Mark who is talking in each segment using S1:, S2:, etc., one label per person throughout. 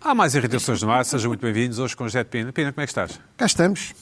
S1: Há mais irritações no ar, sejam muito bem-vindos. Hoje com o Jet Pina. Pina, como é que estás?
S2: Cá estamos.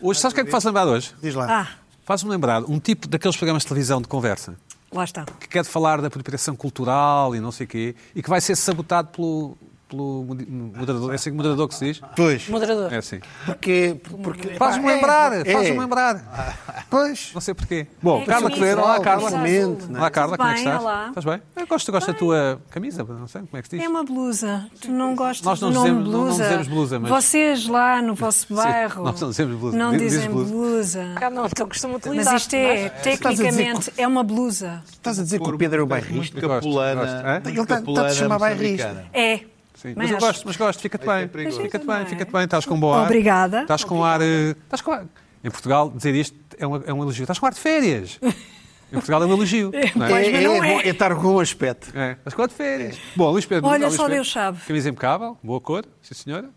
S1: Hoje, sabes o que é que te faz lembrar de hoje?
S2: Diz lá.
S3: Ah,
S1: Faz-me lembrar um tipo daqueles programas de televisão de conversa
S3: lá está.
S1: que quer falar da apropriação cultural e não sei o quê e que vai ser sabotado pelo, pelo modi- moderador. É assim que moderador que se diz?
S2: Pois.
S3: Moderador.
S1: É assim.
S2: Porque. porque
S1: Faz-me
S2: Epá, é,
S1: lembrar,
S2: é.
S1: faz-me lembrar.
S2: Pois.
S1: Não sei porquê. Bom,
S3: É
S1: Carla
S3: camisa,
S1: Correia, olá Carla.
S2: Consumente, né?
S1: Olá Carla, como é que
S3: Bem,
S1: estás?
S3: olá.
S1: Estás bem? Eu gosto, gosto da tua camisa, não sei como é que se diz.
S3: É uma blusa. Tu não gostas
S1: Nós não
S3: do nome
S1: dizemos- não- não
S3: blusa.
S1: dizemos blusa, mas-
S3: Vocês lá no vosso bairro
S1: nós não dizemos blusa.
S3: não
S1: Diz- diz
S3: dizem
S1: blusa.
S3: blusa.
S4: Cá não, então costumo utilizar.
S3: Mas isto é,
S2: estás a dizer
S3: tecnicamente, é uma blusa.
S2: Estás a dizer que o Pedro é o bairrista?
S1: Gosto, gosto. Hã?
S5: capulana.
S2: Ele tá- tá-te a chamar bairrista.
S3: É.
S1: Sim,
S3: Mas
S1: mas eu
S3: acho-
S1: gosto, mas gosto, fica-te bem.
S5: perigoso.
S1: Fica-te
S3: Mas
S1: bem,
S3: eu
S1: fica-te
S3: também.
S1: bem, estás com bom ar.
S3: Obrigada.
S1: Estás com ar. eh, Estás com ar. Em Portugal, dizer isto é um, é um elogio. Estás com ar de férias. Em Portugal é um elogio. não
S2: É,
S1: é?
S3: mas não
S2: é,
S3: é.
S2: é estar com um aspecto.
S1: É, Estás com ar de férias. Bom, Luís Pedro.
S3: Olha,
S1: ah, Luís
S3: só
S1: Pedro.
S3: Deus sabe.
S1: Camisa impecável, boa cor, sim senhora.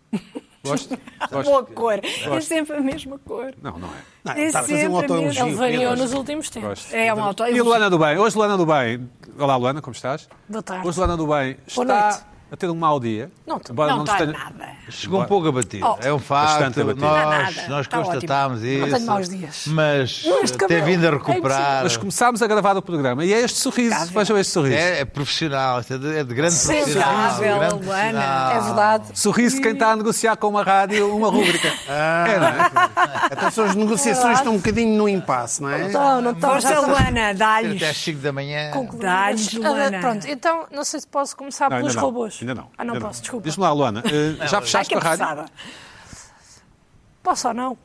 S1: Gosto. gosto.
S4: Boa cor. É sempre a mesma cor.
S1: Não, não é.
S2: Não,
S3: É
S2: está a fazer um
S3: sempre
S2: autoelogio.
S3: mesmo.
S4: Ele
S2: Pedro.
S4: variou nos últimos tempos.
S1: Gosto.
S3: É uma auto.
S1: Então, E Luana do Bem, hoje Luana do Bem. Olá Luana, como estás?
S4: Boa tarde.
S1: Hoje Luana do Bem
S4: noite.
S1: está a ter um mau dia.
S4: Não t-
S1: Embora
S3: não
S1: nos
S3: está
S1: tenha-
S3: nada.
S5: Chegou um pouco abatido. é um
S1: Bastante
S5: facto.
S1: abatido.
S5: Nós,
S4: Oh. nada,
S5: nós
S4: está ótimo.
S5: constatámos isso.
S4: tenho maus dias.
S1: Hum.
S5: Mas eh,
S4: este
S5: tem
S4: cabelo.
S5: vindo a
S4: É
S5: recuperar.
S1: Mas começámos a gravar o programa e é este sorriso. Vejam este sorriso.
S5: é, é profissional, isto é de, é de grande profissional. de
S3: Saudável,
S5: grande
S3: Luana.
S4: É verdade.
S1: Sorriso de quem está a negociar com uma rádio uma rúbrica. É, não é?
S2: Então são as negociações estão um bocadinho no impasse, não é?
S1: Ah.
S4: Não, Oh, não estão já
S3: Força,
S4: estão
S3: Luana, dá-lhes.
S5: Até às 5 da manhã.
S3: Dá-lhes,
S4: Ah,
S3: Luana.
S4: Pronto, então não sei se posso começar
S1: Não,
S4: pelos
S1: ainda não.
S4: robôs.
S1: Ainda não.
S4: Ah, não
S1: Ainda
S4: posso, desculpa.
S1: Diz-me lá, Luana, eh, já fechaste
S4: Ai,
S1: a
S4: que
S1: rádio?
S4: pesada. Posso ou não?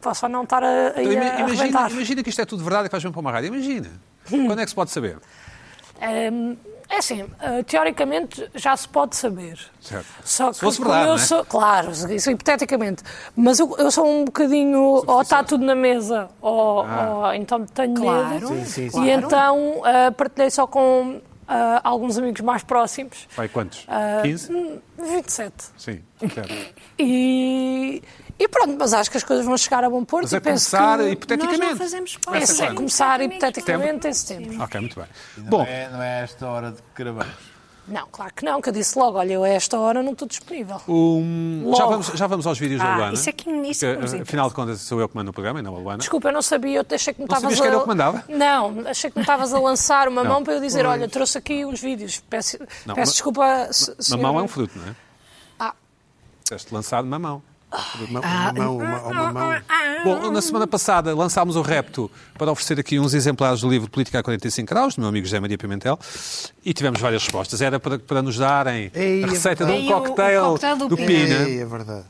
S4: Posso ou não estar a, aí
S1: Então,
S4: a
S1: ima- imagina,
S4: arrebentar?
S1: imagina que isto é tudo verdade e que vais mesmo para uma rádio. Imagina. Quando é que se pode saber?
S4: Hum, É assim, eh, teoricamente já se pode saber.
S1: Certo.
S4: Só que
S1: fosse
S4: como
S1: verdade,
S4: eu
S1: não é?
S4: sou, claro, isso hipoteticamente. Mas eu, eu sou um bocadinho, ou está tudo na mesa, ou,
S1: Ah.
S4: ou então tenho
S3: Claro.
S4: medo.
S3: Sim,
S2: sim,
S4: e
S2: claro.
S4: então eh, partilhei só com eh, alguns amigos mais próximos,
S1: Vai quantos? 15?
S4: Hum, 27.
S1: Sim. Certo.
S4: E, e pronto, mas acho que as coisas vão chegar a bom porto.
S1: Mas é
S4: e penso
S1: começar
S4: que-
S1: hipoteticamente.
S3: Nós não fazemos parte.
S4: É,
S1: Começa
S4: sim,
S1: quando?
S4: começar hipoteticamente em setembro.
S1: Ok, muito bem.
S5: Não
S1: Bom,
S5: é, não é esta hora de cravamos.
S4: Não, claro que não, que eu disse logo, olha, eu a esta hora não estou disponível.
S1: um, já,
S4: Logo.
S1: vamos, já vamos aos vídeos da
S3: Ah,
S1: Luana.
S3: isso é que- isso é que
S1: Porque,
S3: nos
S1: eh, Afinal de contas, sou eu que mando o programa e não a Luana.
S4: Desculpa, eu não sabia, eu achei que me
S1: Não
S4: estavas
S1: sabias que era
S4: a...
S1: eu que mandava?
S4: Não, achei que me estavas a lançar uma
S1: Não. é
S4: mão para eu dizer, olha, trouxe aqui uns vídeos, peço,
S1: Não,
S4: peço
S1: ma-
S4: desculpa... se- senhora.
S1: Mamão é um fruto, não é?
S4: Ah.
S1: Deste lançado mamão.
S2: Uma,
S3: Ah.
S2: uma mão, uma, uma mão.
S1: Bom, na semana passada lançámos o Repto para oferecer aqui uns exemplares do livro Política a 45 Graus, do meu amigo José Maria Pimentel, e tivemos várias respostas. Era para, para nos darem
S2: Ei,
S1: a receita de
S3: é
S1: um
S3: verdade. Ei,
S1: cocktail,
S3: o- o cocktail do
S1: do
S3: Pina.
S1: Pina.
S2: É, é verdade.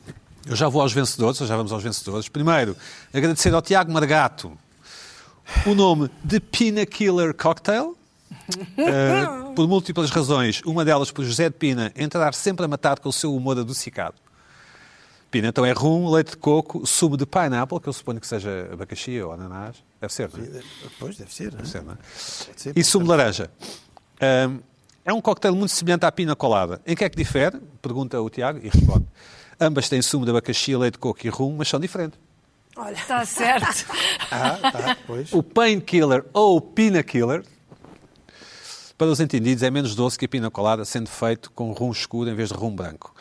S1: Eu já vou aos vencedores, ou já vamos aos vencedores. Primeiro, agradecer ao Tiago Margato o nome de Pina Killer Cocktail. eh, por múltiplas razões, uma delas por José de Pina entrar sempre a matar com o seu humor adocicado. Pina então é rum, leite de coco, sumo de pineapple, que eu suponho que seja abacaxi ou ananás, deve ser, não é? Deve
S2: Pois, deve ser. não é?
S1: ser, não é?
S2: ser,
S1: E
S2: pode
S1: sumo de laranja. Ahm, é um cocktail muito semelhante à pina colada. Em que é que difere? Pergunta o Tiago e responde. Ambas têm sumo de abacaxi, leite de coco e rum, mas são diferentes.
S4: Olha,
S3: Está tá certo.
S2: Ah, tá, pois.
S1: O painkiller ou o pina killer, para os entendidos, é menos doce que a pina colada, sendo feito com rum escuro em vez de rum branco.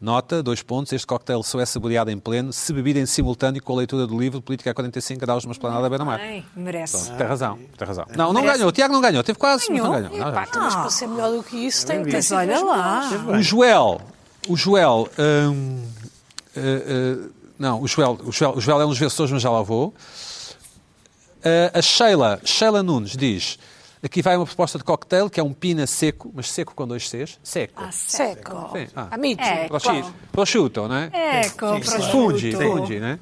S1: Nota, dois pontos, este cocktail só é saboreado em pleno se bebido em simultâneo com a leitura do livro Política a 45 graus, mas planada beira-mar.
S3: Bem, merece.
S1: Tem razão, tem razão.
S2: É.
S1: Não, não ganhou, o Tiago não ganhou, teve quase, mas não
S3: Ganhou?
S1: ganhou. Não,
S4: pá,
S1: já-
S4: mas para ser melhor do que
S1: É
S4: isso tem que ter
S3: Mas
S4: sido
S3: olha
S4: mesmo
S3: lá.
S4: bom.
S1: O Joel, o Joel, hum, uh, uh, não, o Joel, o Joel, o Joel é um dos vencedores, mas já lá vou. Uh, a Sheila, Sheila Nunes diz, aqui vai uma proposta de cocktail que é um pina seco, mas seco com dois Cs, seco.
S3: Ah, certo.
S4: Seco.
S1: Sim, ah.
S4: Amigos.
S3: É.
S1: Prosciutto, prosciutto, não é?
S3: É, com prosciutto.
S1: Fungi, fungi, né?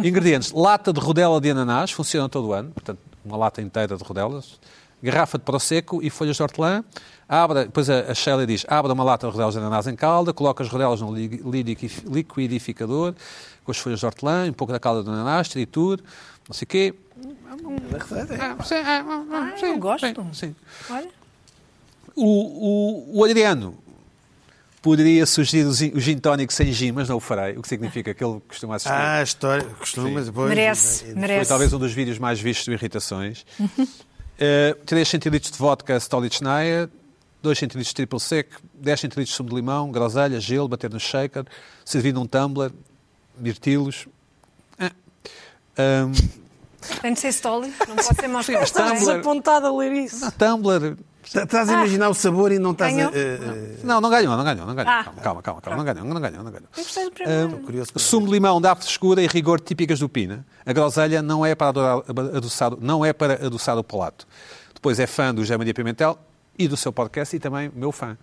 S1: Ingredientes: lata de rodela de ananás, funciona todo o ano, portanto, uma lata inteira de rodelas, garrafa de prosecco e folhas de hortelã. Abra, depois a, a Sheila diz: abra uma lata de rodelas de ananás em calda, coloca as rodelas no li- liquif- liquidificador com as folhas de hortelã, um pouco da calda de ananás, triture, não sei o quê. Ah, sim, ah, ah, sim,
S3: É eu gosto.
S1: sim, sim.
S3: Olha.
S1: O, o, o Adriano poderia sugerir o gin, o gin tónico sem gin, mas não o farei, o que significa que ele costuma assistir.
S2: Ah, a história. Costumas, pois.
S3: Merece,
S1: Foi
S3: merece.
S1: talvez um dos vídeos Eh, mais vistos do Irritações. Uh, 3 centilitros de vodka Stolichnaya, 2 centilitros de triple sec, 10 centilitros de sumo de limão, groselha, gelo, bater no shaker, servir num tumbler, mirtilos. Ah. Ahm,
S3: Tem de ser Stoli, não pode ser mais
S1: mas
S4: Estás
S1: Tumblr.
S4: desapontada a ler isso.
S1: tumbler.
S2: Estás a imaginar o sabor e não estás a.
S3: Ganhou?
S2: eh, eh,
S1: Não, não ganhou, não ganhou, não ganhou.
S3: Ah.
S1: Calma, calma, calma, calma, não ganhou, não ganhou, não ganhou.
S3: Gostei do
S1: Hum.
S3: primeiro.
S2: curioso. para
S1: Sumo de limão da arte escura e rigor típicas do Pina. A groselha não é para adorar- adoçar, não é para adoçar o palato. Depois é fã do José Maria Pimentel e do seu podcast e também meu fã.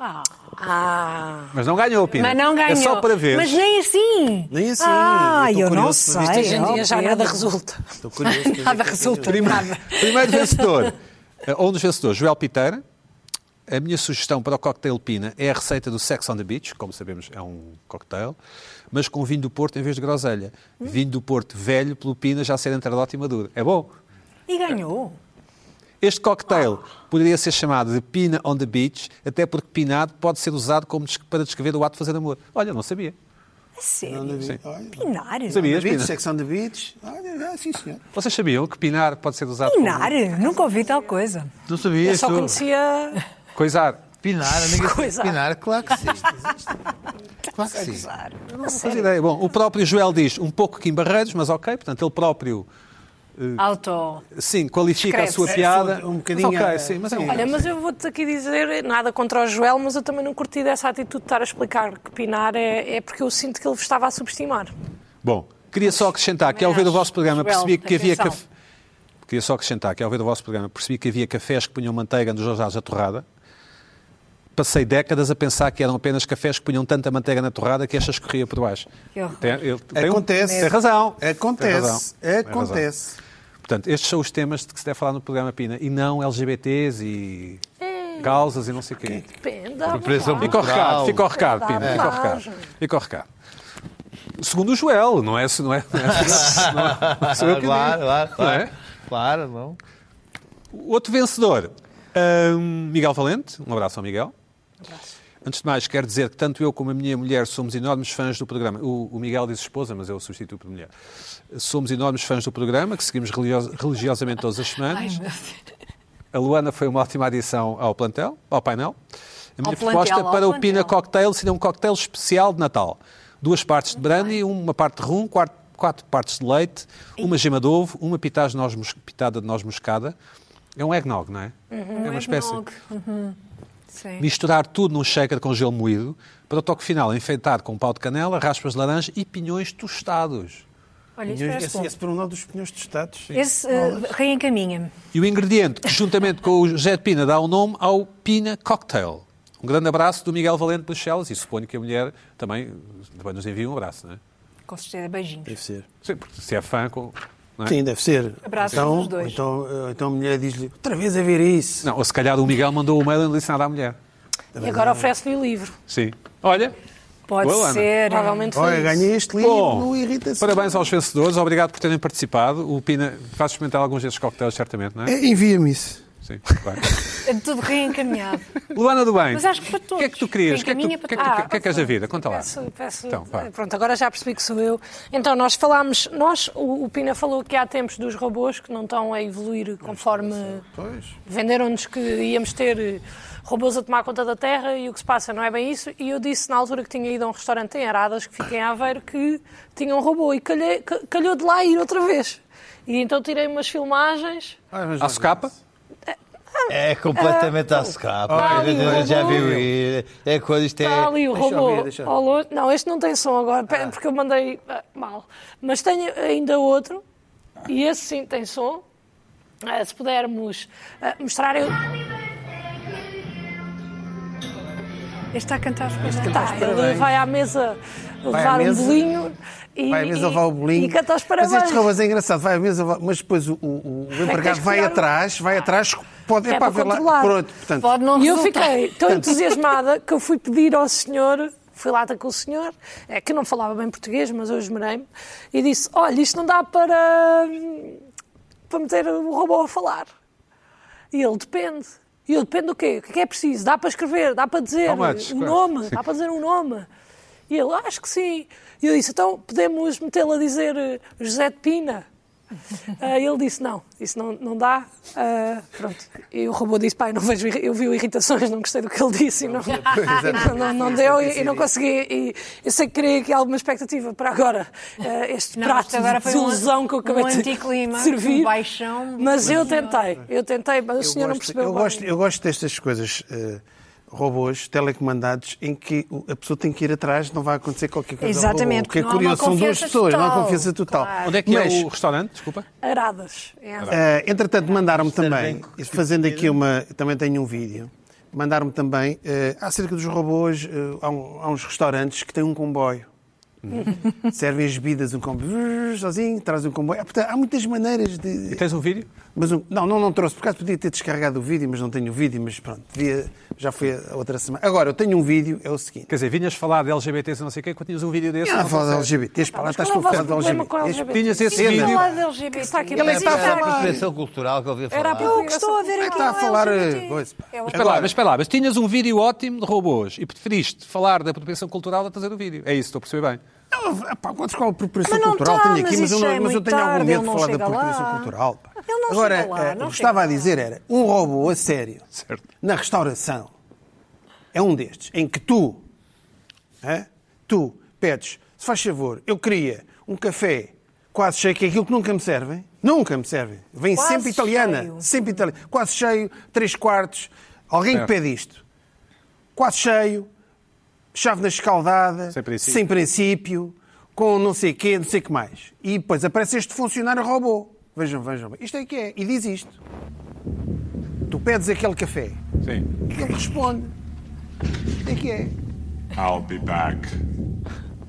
S3: Ah,
S4: Ah.
S1: Mas não ganhou, Pina.
S3: mas não ganhou.
S1: É só para ver.
S3: Mas nem assim.
S2: Nem assim.
S3: Ah,
S2: estou
S3: eu não
S2: curioso para ver
S3: sei.
S2: isto.
S4: Hoje em dia já
S3: Pedro.
S4: nada resulta.
S2: Estou curioso para ver
S3: Nada
S2: isto.
S3: resulta. Nada.
S1: Primeiro vencedor, eh, um dos vencedores, Joel Piteira. A minha sugestão para o cocktail Pina é a receita do Sex on the Beach, como sabemos é um cocktail, mas com vinho do Porto em vez de groselha. Vinho do Porto velho pelo Pina já ser entradote e maduro. É bom.
S3: E ganhou.
S1: Este cocktail poderia ser chamado de Pina on the Beach, até porque pinado pode ser usado como des- para descrever o ato de fazer amor. Olha, não sabia.
S3: A É sério.
S2: Olha,
S3: Pinar.
S1: Sabia?
S2: The Beach, secção de beats. Olha, ah, sim, senhor.
S1: Vocês sabiam que pinar pode ser usado
S3: Pinar.
S1: como
S3: Nunca ouvi tal coisa.
S5: Não sabia
S4: Eu só
S5: isso.
S4: conhecia.
S1: coisar?
S5: Pinar, amiga.
S4: Coisa.
S5: Pinar, claro que sim. claro que sim.
S1: Não faz ideia. Bom, o próprio Joel diz um pouco que em Barreiros, mas ok, portanto ele próprio,
S3: Auto.
S1: sim, qualifica a
S3: Escreve.
S1: sua
S3: É,
S1: piada.
S2: um bocadinho,
S1: Mas ok,
S2: eh,
S1: sim, mas é
S2: sim.
S1: um-
S4: Olha, mas eu vou-te aqui dizer, nada contra o Joel, mas eu também não curti dessa atitude de estar a explicar que Pinar é, é porque eu sinto que ele vos estava a subestimar.
S1: Bom, queria só acrescentar que ao ver o vosso programa
S3: Joel,
S1: percebi que havia
S3: atenção.
S1: café. Queria só acrescentar que ao ver o vosso programa percebi que havia cafés que punham manteiga nos jornais da torrada. Passei décadas a pensar que eram apenas cafés que punham tanta manteiga na torrada que esta escorria por baixo.
S3: Que horror.
S1: Tem, ele- tem um-
S2: Acontece.
S1: tem razão. Tem razão.
S2: Acontece.
S1: Tem razão.
S2: Acontece.
S1: Portanto, estes são os temas de que se deve falar no programa Pina e não LGBTs e
S3: É.
S1: causas e não sei o quê.
S4: Depende. à
S5: Apropriação
S4: vontade.
S1: Fica o recado, fica o recado,
S4: Dá
S1: Pina, fica o recado.
S4: vantagem.
S1: Fica o recado. Segundo o Joel, não é? Não é, não é, não é, não sou eu que digo.
S5: Claro, claro,
S1: Não
S5: claro.
S1: é?
S5: Claro, não.
S1: O Outro vencedor, hum, Miguel Valente. Um abraço ao Miguel. Antes de mais, quero dizer que tanto eu como a minha mulher somos enormes fãs do programa. O, o Miguel diz esposa, mas eu o substituo por mulher. Somos enormes fãs do programa, que seguimos religio- religiosamente todas as semanas. A Luana foi uma ótima adição ao plantel, ao painel. A minha
S3: Ao plantel,
S1: proposta
S3: ao
S1: para o
S3: plantel.
S1: Pina Cocktail seria um cocktail especial de Natal. Duas partes de brandy, uma parte de rum, quatro, quatro partes de leite, uma gema de ovo, uma pitada de noz, mos- pitada de noz moscada. É um eggnog, não é? é uma espécie.
S3: um Eggnog. Uhum. Sim.
S1: Misturar tudo num shaker com gelo moído, para o toque final enfeitar com um pau de canela, raspas de laranja e pinhões tostados.
S3: Olha,
S2: Pinhões-
S3: isto parece
S2: Esse,
S3: bom.
S2: esse por um lado dos pneus tostados.
S3: Esse eh, reencaminha-me.
S1: E o ingrediente, que, juntamente com o Jet Pina, dá o nome ao Pina Cocktail. Um grande abraço do Miguel Valente de Bruxelas e suponho que a mulher também, também nos envia um abraço, não é?
S3: Com certeza, beijinhos.
S2: Deve ser.
S1: Sim, porque se é fã, com, não é?
S2: Sim, deve ser.
S3: Abraços
S2: então,
S3: dos dois.
S2: Então, eh, então a mulher diz-lhe, outra vez a ver isso.
S1: Não, ou se calhar o Miguel mandou o mail e não disse nada à mulher.
S4: E agora oferece-lhe o livro.
S1: Sim. Olha,
S3: Pode
S1: Boa, Ana.
S3: ser. eh,
S4: Provavelmente foi
S2: Olha,
S4: isso.
S2: ganhei este livro,
S1: bom,
S2: irrita-se.
S1: parabéns aos vencedores, obrigado por terem participado. O Pina faz experimentar alguns desses coquetéis, certamente, não é?
S2: Eh, Envia-me isso.
S1: Sim, claro.
S3: É tudo reencaminhado.
S1: Luana do Bem,
S3: Mas acho que para
S1: o
S3: todos.
S1: que é que tu querias? O que é que tu,
S3: Encaminha
S1: o que é que,
S3: para
S1: tu-
S3: todos.
S1: o que é que és da vida? Conta lá.
S4: Peço, peço-
S1: Então, vá.
S4: pronto, agora já percebi que sou eu. Então, nós falámos, nós, o, o Pina falou que há tempos dos robôs que não estão a evoluir conforme venderam-nos que íamos ter eh, robôs a tomar conta da terra e o que se passa não é bem isso. E eu disse na altura que tinha ido a um restaurante em Aradas, que fiquei em Aveiro, que tinha um robô e calhei- ca- calhou de lá ir outra vez. E então tirei umas filmagens.
S1: À socapa?
S5: É completamente
S4: Tá
S5: à escapa.
S4: ali o
S5: Eu já
S4: robô.
S5: vi. É coisa, isto é.
S4: Está ali o
S2: Deixa eu
S4: robô.
S2: ver, deixa eu ver.
S4: ao longe. Não, este não tem som agora, pe- porque eu mandei ah, mal. Mas tenho ainda outro, e esse sim tem som. Ah, se pudermos ah, mostrar, eu.
S3: Este está a cantar os parabéns.
S4: Tá, ele vai à mesa
S2: Vai à
S4: levar
S2: mesa.
S4: um bolinho e.
S2: Vai à mesa
S4: e-
S2: levar o bolinho.
S4: E canta os parabéns.
S2: Mas estes robôs é engraçado. Vai à mesa levar- Mas depois o, o- o empregado
S4: que
S2: vai
S4: criar um-
S2: atrás,
S3: Ah.
S2: vai atrás, pode...
S4: É
S2: epá,
S4: para
S2: vê lá.
S4: controlar.
S2: Pronto, portanto...
S3: Pode não
S4: E eu
S3: resultar.
S4: fiquei tão entusiasmada que eu fui pedir ao senhor, fui lá ter com o senhor, é, que não falava bem português, mas eu esmerei-me, e disse: Olha, isto não dá para, hum, para meter o robô a falar. E ele depende. E eu depende do quê? O que é que é preciso? Dá para escrever? Dá para dizer
S1: How much?
S4: o nome? Dá para dizer um nome? E ele, acho que sim. E eu disse: Então podemos metê-lo a dizer eh, José de Pina? Ah, ele disse: não, isso não, não dá. Ah, pronto. E o robô disse: pai, não vejo, irri- eu vi irritações, não gostei do que ele disse e não, e não, não- não deu e, e não consegui. E eu sei que queria aqui alguma expectativa para agora. ah, este
S3: Não,
S4: prato
S3: isto agora
S4: de
S3: foi um-
S4: desilusão que eu
S3: um
S4: acabei de
S3: anticlimax,
S4: servir.
S3: um baixão.
S4: mas eu tentei, eu tentei, mas o
S2: Eu
S4: senhor não
S2: gosto,
S4: percebeu.
S2: eu,
S4: bem.
S2: gosto, eu gosto destas coisas, eh, robôs telecomandados, em que o- a pessoa tem que ir atrás, não vai acontecer qualquer coisa. ao robô.
S3: Exatamente,
S2: O que é
S3: não há uma
S2: curioso, são duas
S3: confiança
S2: pessoas, não há
S3: total.
S2: confiança total.
S3: Claro.
S1: Onde é que
S2: Mas,
S1: é o restaurante? Desculpa.
S4: Aradas. é.
S2: eh, entretanto, mandaram-me
S5: Servem
S2: também, fazendo aqui uma. Também tenho um vídeo. Mandaram-me também, eh, acerca dos robôs, eh, há, um- há uns restaurantes que têm um comboio. Servem as bebidas, um comboio, sozinho, traz um comboio. Ah, portanto, há muitas maneiras de.
S1: E tens um vídeo?
S2: Mas um- não, não, não trouxe, por acaso podia ter descarregado o vídeo, mas não tenho o vídeo, mas pronto, devia- já foi a outra semana. Agora, eu tenho um vídeo, é o seguinte.
S1: Quer dizer, vinhas falar de LGBTs e não sei o quê, quando tinhas um vídeo desse.
S2: Ah,
S1: não
S2: falar de
S1: consegues.
S2: LGBTs, para lá
S4: Mas
S2: estás
S4: qual
S2: com
S4: é o
S2: falar
S4: vosso
S2: de
S4: problema
S2: LGBT.
S4: com LGBT?
S1: Tinhas esse
S2: Sim,
S1: vídeo.
S2: não.
S3: Falar de LGBT.
S4: Está aqui
S2: Ele
S5: É
S2: é está a
S5: para a
S2: falar.
S5: apropriação cultural que eu ouvi
S4: Era a
S5: falar.
S4: pouco-
S3: Eu que estou a ver aqui
S2: Está a
S3: não é
S2: falar,
S3: LGBT.
S2: eh, coisa.
S3: É
S4: um
S3: o-
S1: Espera lá, mas espera lá, mas tinhas um vídeo ótimo de robôs e preferiste falar da apropriação cultural a fazer o vídeo. É isso, estou a perceber bem.
S2: Não, pá, quantos com a apropriação
S3: Mas não
S2: cultural
S3: está,
S2: tenho aqui, mas
S3: mas
S2: eu,
S3: isso
S2: não-
S3: já é
S2: mas eu
S3: muito
S2: tenho algum
S3: tarde,
S2: medo
S3: ele
S2: de
S3: não
S2: falar da
S3: chega
S2: apropriação
S3: lá.
S2: cultural. pá.
S3: Ele não
S2: Agora,
S3: chega lá,
S2: eh,
S3: não
S2: o que
S3: chega
S2: estava a
S3: lá.
S2: dizer era, um robô a sério,
S1: Certo.
S2: na restauração, é um destes, em que tu, hã, tu pedes, se faz favor, eu queria um café quase cheio, que é aquilo que nunca me servem, nunca me servem, vem
S3: Quase
S2: sempre italiana,
S3: cheio.
S2: sempre italiana, quase cheio, três quartos, alguém
S1: Certo.
S2: que pede isto, quase cheio, chave na escaldada,
S1: Sem princípio.
S2: sem princípio, com não sei quê, não sei que mais. E depois aparece este funcionário robô. Vejam, vejam. bem. Isto é que é. E diz isto. Tu pedes aquele café.
S1: Sim.
S2: Ele responde. Isto é que é.
S6: I'll be back.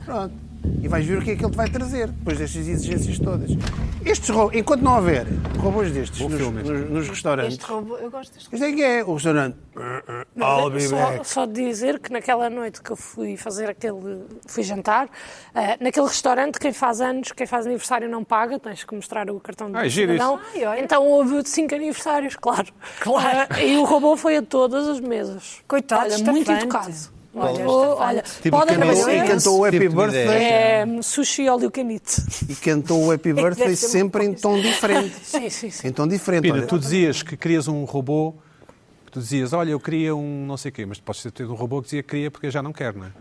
S2: Pronto. E vais ver o que é que ele te vai trazer depois destas exigências todas. Estes robôs, enquanto não houver robôs destes nos, nos- nos restaurantes,
S3: Este robô, eu gosto deste
S2: isto é que é. O restaurante. I'll be
S4: Só,
S2: back.
S4: só dizer que naquela noite que eu fui fazer aquele. fui jantar, eh, naquele restaurante, quem faz anos, quem faz aniversário não paga, tens que mostrar o cartão
S1: Ah, é
S4: de
S1: giro
S4: cidadão.
S3: isso. Ai, olha.
S4: Então houve cinco aniversários, claro. Claro. e o robô foi a todas as mesas.
S3: Coitado,
S4: olha,
S3: estafante.
S4: muito educado. Olha,
S3: Olha,
S4: olha,
S3: estafante.
S5: Tipo
S4: podem
S5: Camilo
S2: Cantou-
S4: ver.
S2: E cantou o
S5: Esse
S2: Happy
S5: tipo de
S2: Birthday.
S5: ideia.
S4: É, sushi óleo canite.
S2: e cantou o Happy Birthday
S3: É Deve ser uma
S2: sempre em tom diferente.
S4: Sim, sim, sim.
S2: Em tom diferente.
S1: Pina,
S2: olha.
S1: tu dizias que querias um robô, que tu dizias, olha, eu queria um não sei o quê, mas tu podes ter tido um robô que dizia queria porque eu já não quero, não é?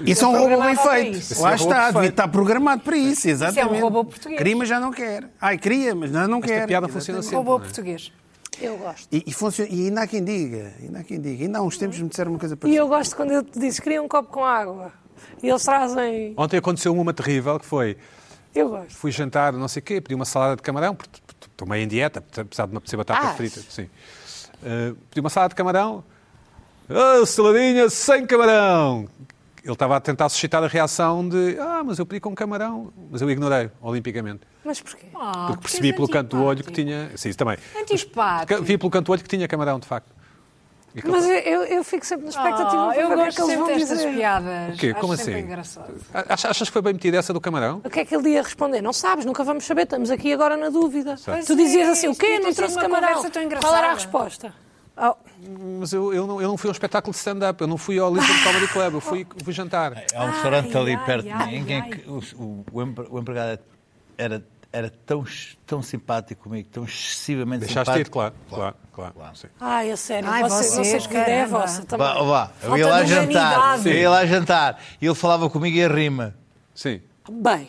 S2: Isso é um robô bem
S3: programado para
S2: feito.
S3: isso.
S2: Lá
S1: Esse é um robô
S2: está,
S1: perfeito.
S2: devia estar programado para isso,
S3: é
S2: exatamente.
S3: um robô português.
S2: Queria, mas já não quer. Ai, queria, mas já não quer.
S1: Esta piada funciona sempre.
S3: robô
S1: não é?
S3: português.
S4: Eu gosto.
S2: E, e funciona, e ainda há quem diga, ainda há quem diga. Ainda há uns tempos me disseram uma coisa para
S4: E eu gosto quando eu te disse, queria um copo com água. E eles trazem.
S1: Ontem aconteceu uma terrível que foi,
S4: Eu gosto.
S1: fui jantar, não sei o quê, pedi uma salada de camarão, porque estou meio em dieta, apesar de me apetecer batatas
S4: Ah.
S1: fritas, sim. Eh, pedi uma salada de camarão, ah, saladinha sem camarão. Ele estava a tentar suscitar a reação de, ah, mas eu pedi com camarão, mas eu ignorei, olimpicamente.
S4: Mas porquê?
S3: Ah,
S1: Porque
S3: é
S1: percebi pelo canto do olho que tinha. Sim, isso também.
S3: Antipático.
S1: Mas Vi pelo canto do olho que tinha camarão, de facto. E aquele-
S4: Mas eu- eu, eu fico sempre na expectativa para
S3: Ah, eu gosto
S4: ver o que é que eles
S3: sempre
S4: vão
S3: destas
S4: dizer.
S3: piadas.
S1: O quê? Como
S3: Acho sempre
S1: assim?
S3: engraçado.
S1: Achas, achas que foi bem metida essa do camarão?
S4: O que é que ele ia responder? Não sabes, nunca vamos saber, estamos aqui agora na dúvida.
S3: Pois
S4: Tu
S3: é,
S4: dizias assim, o
S3: isto
S4: quê?
S3: podia
S4: Não
S3: ter
S4: trouxe
S3: sido uma
S4: camarão.
S3: conversa tão
S4: Qual era a
S3: engraçada.
S4: resposta?
S1: Mas eu, eu, não, eu não fui a um espetáculo de stand-up, eu não fui ao Lisbon Comedy Club, eu fui, fui jantar.
S5: Há um restaurante ali
S3: ai,
S5: perto de
S3: ai,
S5: mim em
S3: ai.
S5: que o, o- o empre- o empregado era, era tão, tão simpático comigo, tão excessivamente
S1: Deixaste ir,
S5: simpático.
S1: claro. Claro, claro. sim.
S4: Ai, a sério,
S3: Ai,
S4: vocês,
S3: você,
S4: vocês que ideia é
S3: caramba.
S4: vossa também.
S5: Vá, vá, eu
S3: Falta
S5: ia lá
S3: de
S5: jantar.
S3: humanidade.
S5: Eu ia lá jantar. E ele falava comigo e a rima.
S1: Sim.
S4: Bem,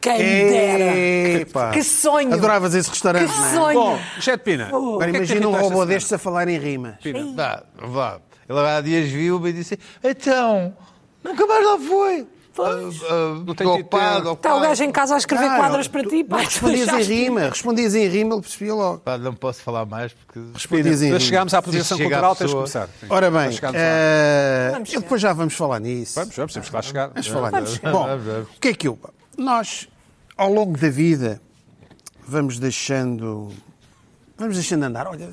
S4: quem me dera.
S2: Epa.
S3: Que sonho.
S2: Adoravas esse restaurante,
S3: Que
S2: não é?
S3: sonho.
S1: Bom, Jet Pina. o
S2: Agora
S1: que é que te
S2: imagina
S1: irritou
S2: um
S1: esta
S2: robô
S1: semana?
S2: destes a falar em rimas.
S1: Pina.
S5: Vá, vá. Ele há dias viu-me e disse: Então, nunca mais lá foi. Ah, ah,
S1: tem tido tempo.
S5: ocupado,
S4: Está Tá, o gajo
S5: ocupado.
S4: em casa a escrever
S2: Claro,
S4: quadras para
S2: tu-
S4: ti,
S2: tu
S4: pá.
S2: Respondias em
S4: deixaste-
S2: rima, respondias em rima, ele percebia logo.
S5: Pá, Não posso falar mais porque.
S2: Respondias em
S1: Nós
S2: rima.
S1: chegámos à apropriação
S5: Se chega à
S1: cultural, tens de
S5: pessoa-
S1: começar. Sim.
S2: Ora bem,
S1: Nós chegámos lá.
S2: eh,
S3: Vamos
S2: eu depois já vamos falar nisso.
S1: Vamos, vamos, temos que lá chegar.
S2: Vamos falar nisso.
S5: chegar.
S2: Bom,
S5: Vamos, vamos.
S2: o que é que eu. Nós, ao longo da vida, vamos deixando. Vamos deixando andar, olha,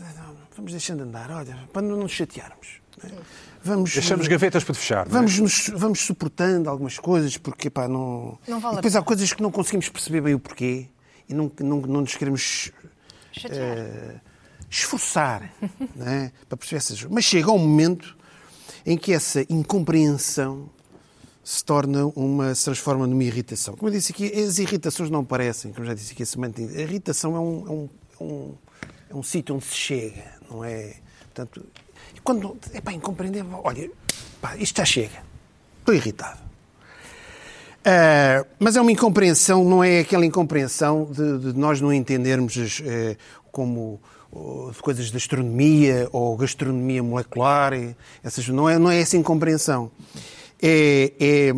S2: vamos deixando andar, olha, para não nos chatearmos. não é? Vamos,
S1: Deixamos gavetas para fechar. não é?
S2: vamos, nos- vamos suportando algumas coisas, porque pá, não.
S3: Não vale
S2: e
S3: a
S2: depois há coisas que não conseguimos perceber bem o porquê e não, não, não nos queremos
S3: Chatear.
S2: eh, esforçar não é? para perceber essas coisas. Mas chega um momento em que essa incompreensão se torna uma, se transforma numa irritação. Como eu disse aqui, as irritações não parecem, como já disse aqui a semana, a irritação é um, é um, é um, é um sítio onde se chega, não é? Portanto, e quando é pá, incompreendível, olha, pá, isto já chega, estou irritado. Ah, mas é uma incompreensão, não é aquela incompreensão de, de nós não entendermos as, eh, como oh, de coisas de astronomia ou gastronomia molecular, e essas, não, é, não é essa incompreensão. É, é,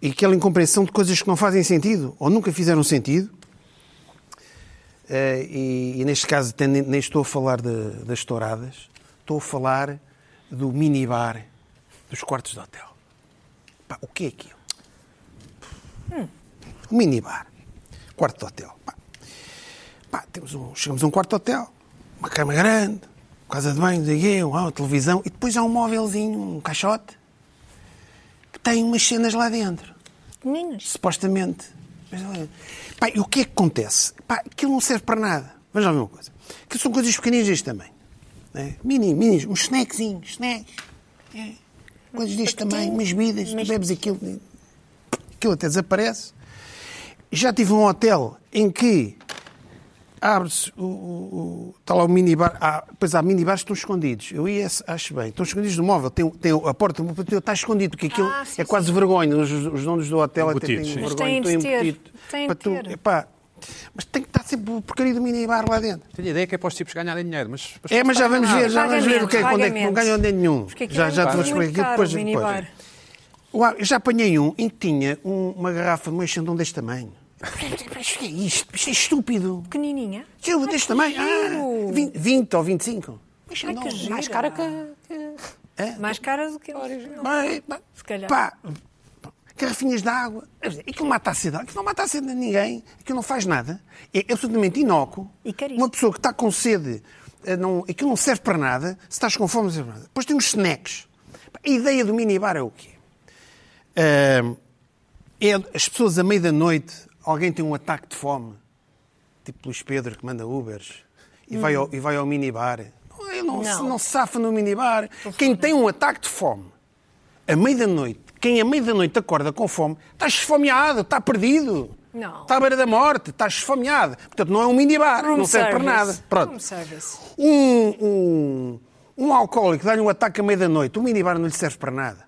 S2: é aquela incompreensão de coisas que não fazem sentido ou nunca fizeram sentido. Eh, e, e neste caso até nem, nem estou a falar de- das touradas, estou a falar do minibar dos quartos de hotel. Pá, o que é aquilo? um minibar, quarto de hotel. Pá. Pá, temos um, chegamos a um quarto de hotel, uma cama grande, casa de banho, não sei o quê, um uma televisão, e depois há um móvelzinho, um caixote, que tem umas cenas lá dentro
S4: Meninas.
S2: supostamente. Mas, olha, Pá, e o que é que acontece? Pá, aquilo não serve para nada. Vamos lá ver uma coisa. Aquilo são coisas pequeninas deste tamanho. Né? Mini, minis, uns snackzinhos, snacks. é. Coisas deste tamanho, umas bebidas, tu bebes aquilo. né? Aquilo até desaparece. Já tive um hotel em que abre-se o, o, o- Está lá o minibar. Ah, pois há minibars que estão escondidos. Eu ia, acho bem. Estão escondidos no móvel. Tem, tem a porta, está escondido, porque aquilo
S4: Ah, sim,
S2: é quase vergonha. Os, os donos do hotel até têm
S1: Embutidos, sim.
S2: vergonha.
S4: Mas têm de
S2: estão
S4: ter,
S2: embutidos.
S4: têm de
S2: Para tu-
S4: ter.
S2: epá, mas tem que estar sempre o porcaria do minibar lá dentro.
S1: Tenho a idever que é para os tipos ganharem dinheiro, mas... mas Ah,
S2: É, mas já vamos ver, já vamos ver o que é,
S4: Vagamente,
S2: quando é que não
S4: vagamente.
S2: ganham dinheiro nenhum.
S4: Porque aquilo
S2: Já,
S4: é
S2: já te vou
S4: muito
S2: explicar aquilo
S4: caro,
S2: depois.
S4: o minibar.
S2: depois. Uau, eu já apanhei um em que tinha um- uma garrafa de moixandão deste tamanho. Mas o que é isto? Isto é estúpido.
S4: Pequenininha.
S2: Tio, deste tamanho? Ah,
S4: giro.
S2: 20, 20 ou 25. Mas
S4: Ai, que gira.
S2: mais
S4: Mais cara que...
S3: Mais cara do que a original.
S2: Bem, bem,
S3: Se calhar.
S2: Pá, garrafinhas de água. Quer dizer, Aquilo mata a sede. Aquilo não mata a sede de ninguém. Aquilo não faz nada. É absolutamente inócuo.
S3: E caríssimo.
S2: Uma pessoa que está com sede, eh, não, aquilo não serve para nada. Se estás com fome, não serve para nada. Depois tem os snacks. Pá, A ideia do minibar é o quê? Ahm, é as pessoas à meia da noite, alguém tem um ataque de fome, tipo Luís Pedro que manda Ubers, e,
S3: Hum.
S2: vai, ao, e vai ao minibar. Não, ele não, Se,
S4: Não.
S2: não se safa no minibar. Quem tem um ataque de fome à meia da noite, quem à meia da noite acorda com fome, está esfomeado, está perdido.
S4: Não.
S2: Está à beira da morte, está esfomeado. Portanto, não é um minibar,
S4: Room
S2: não serve para
S4: service.
S2: nada. Pronto
S3: Room service.
S2: um, um, um alcoólico dá-lhe um ataque à meia-da-noite, um minibar não lhe serve para nada.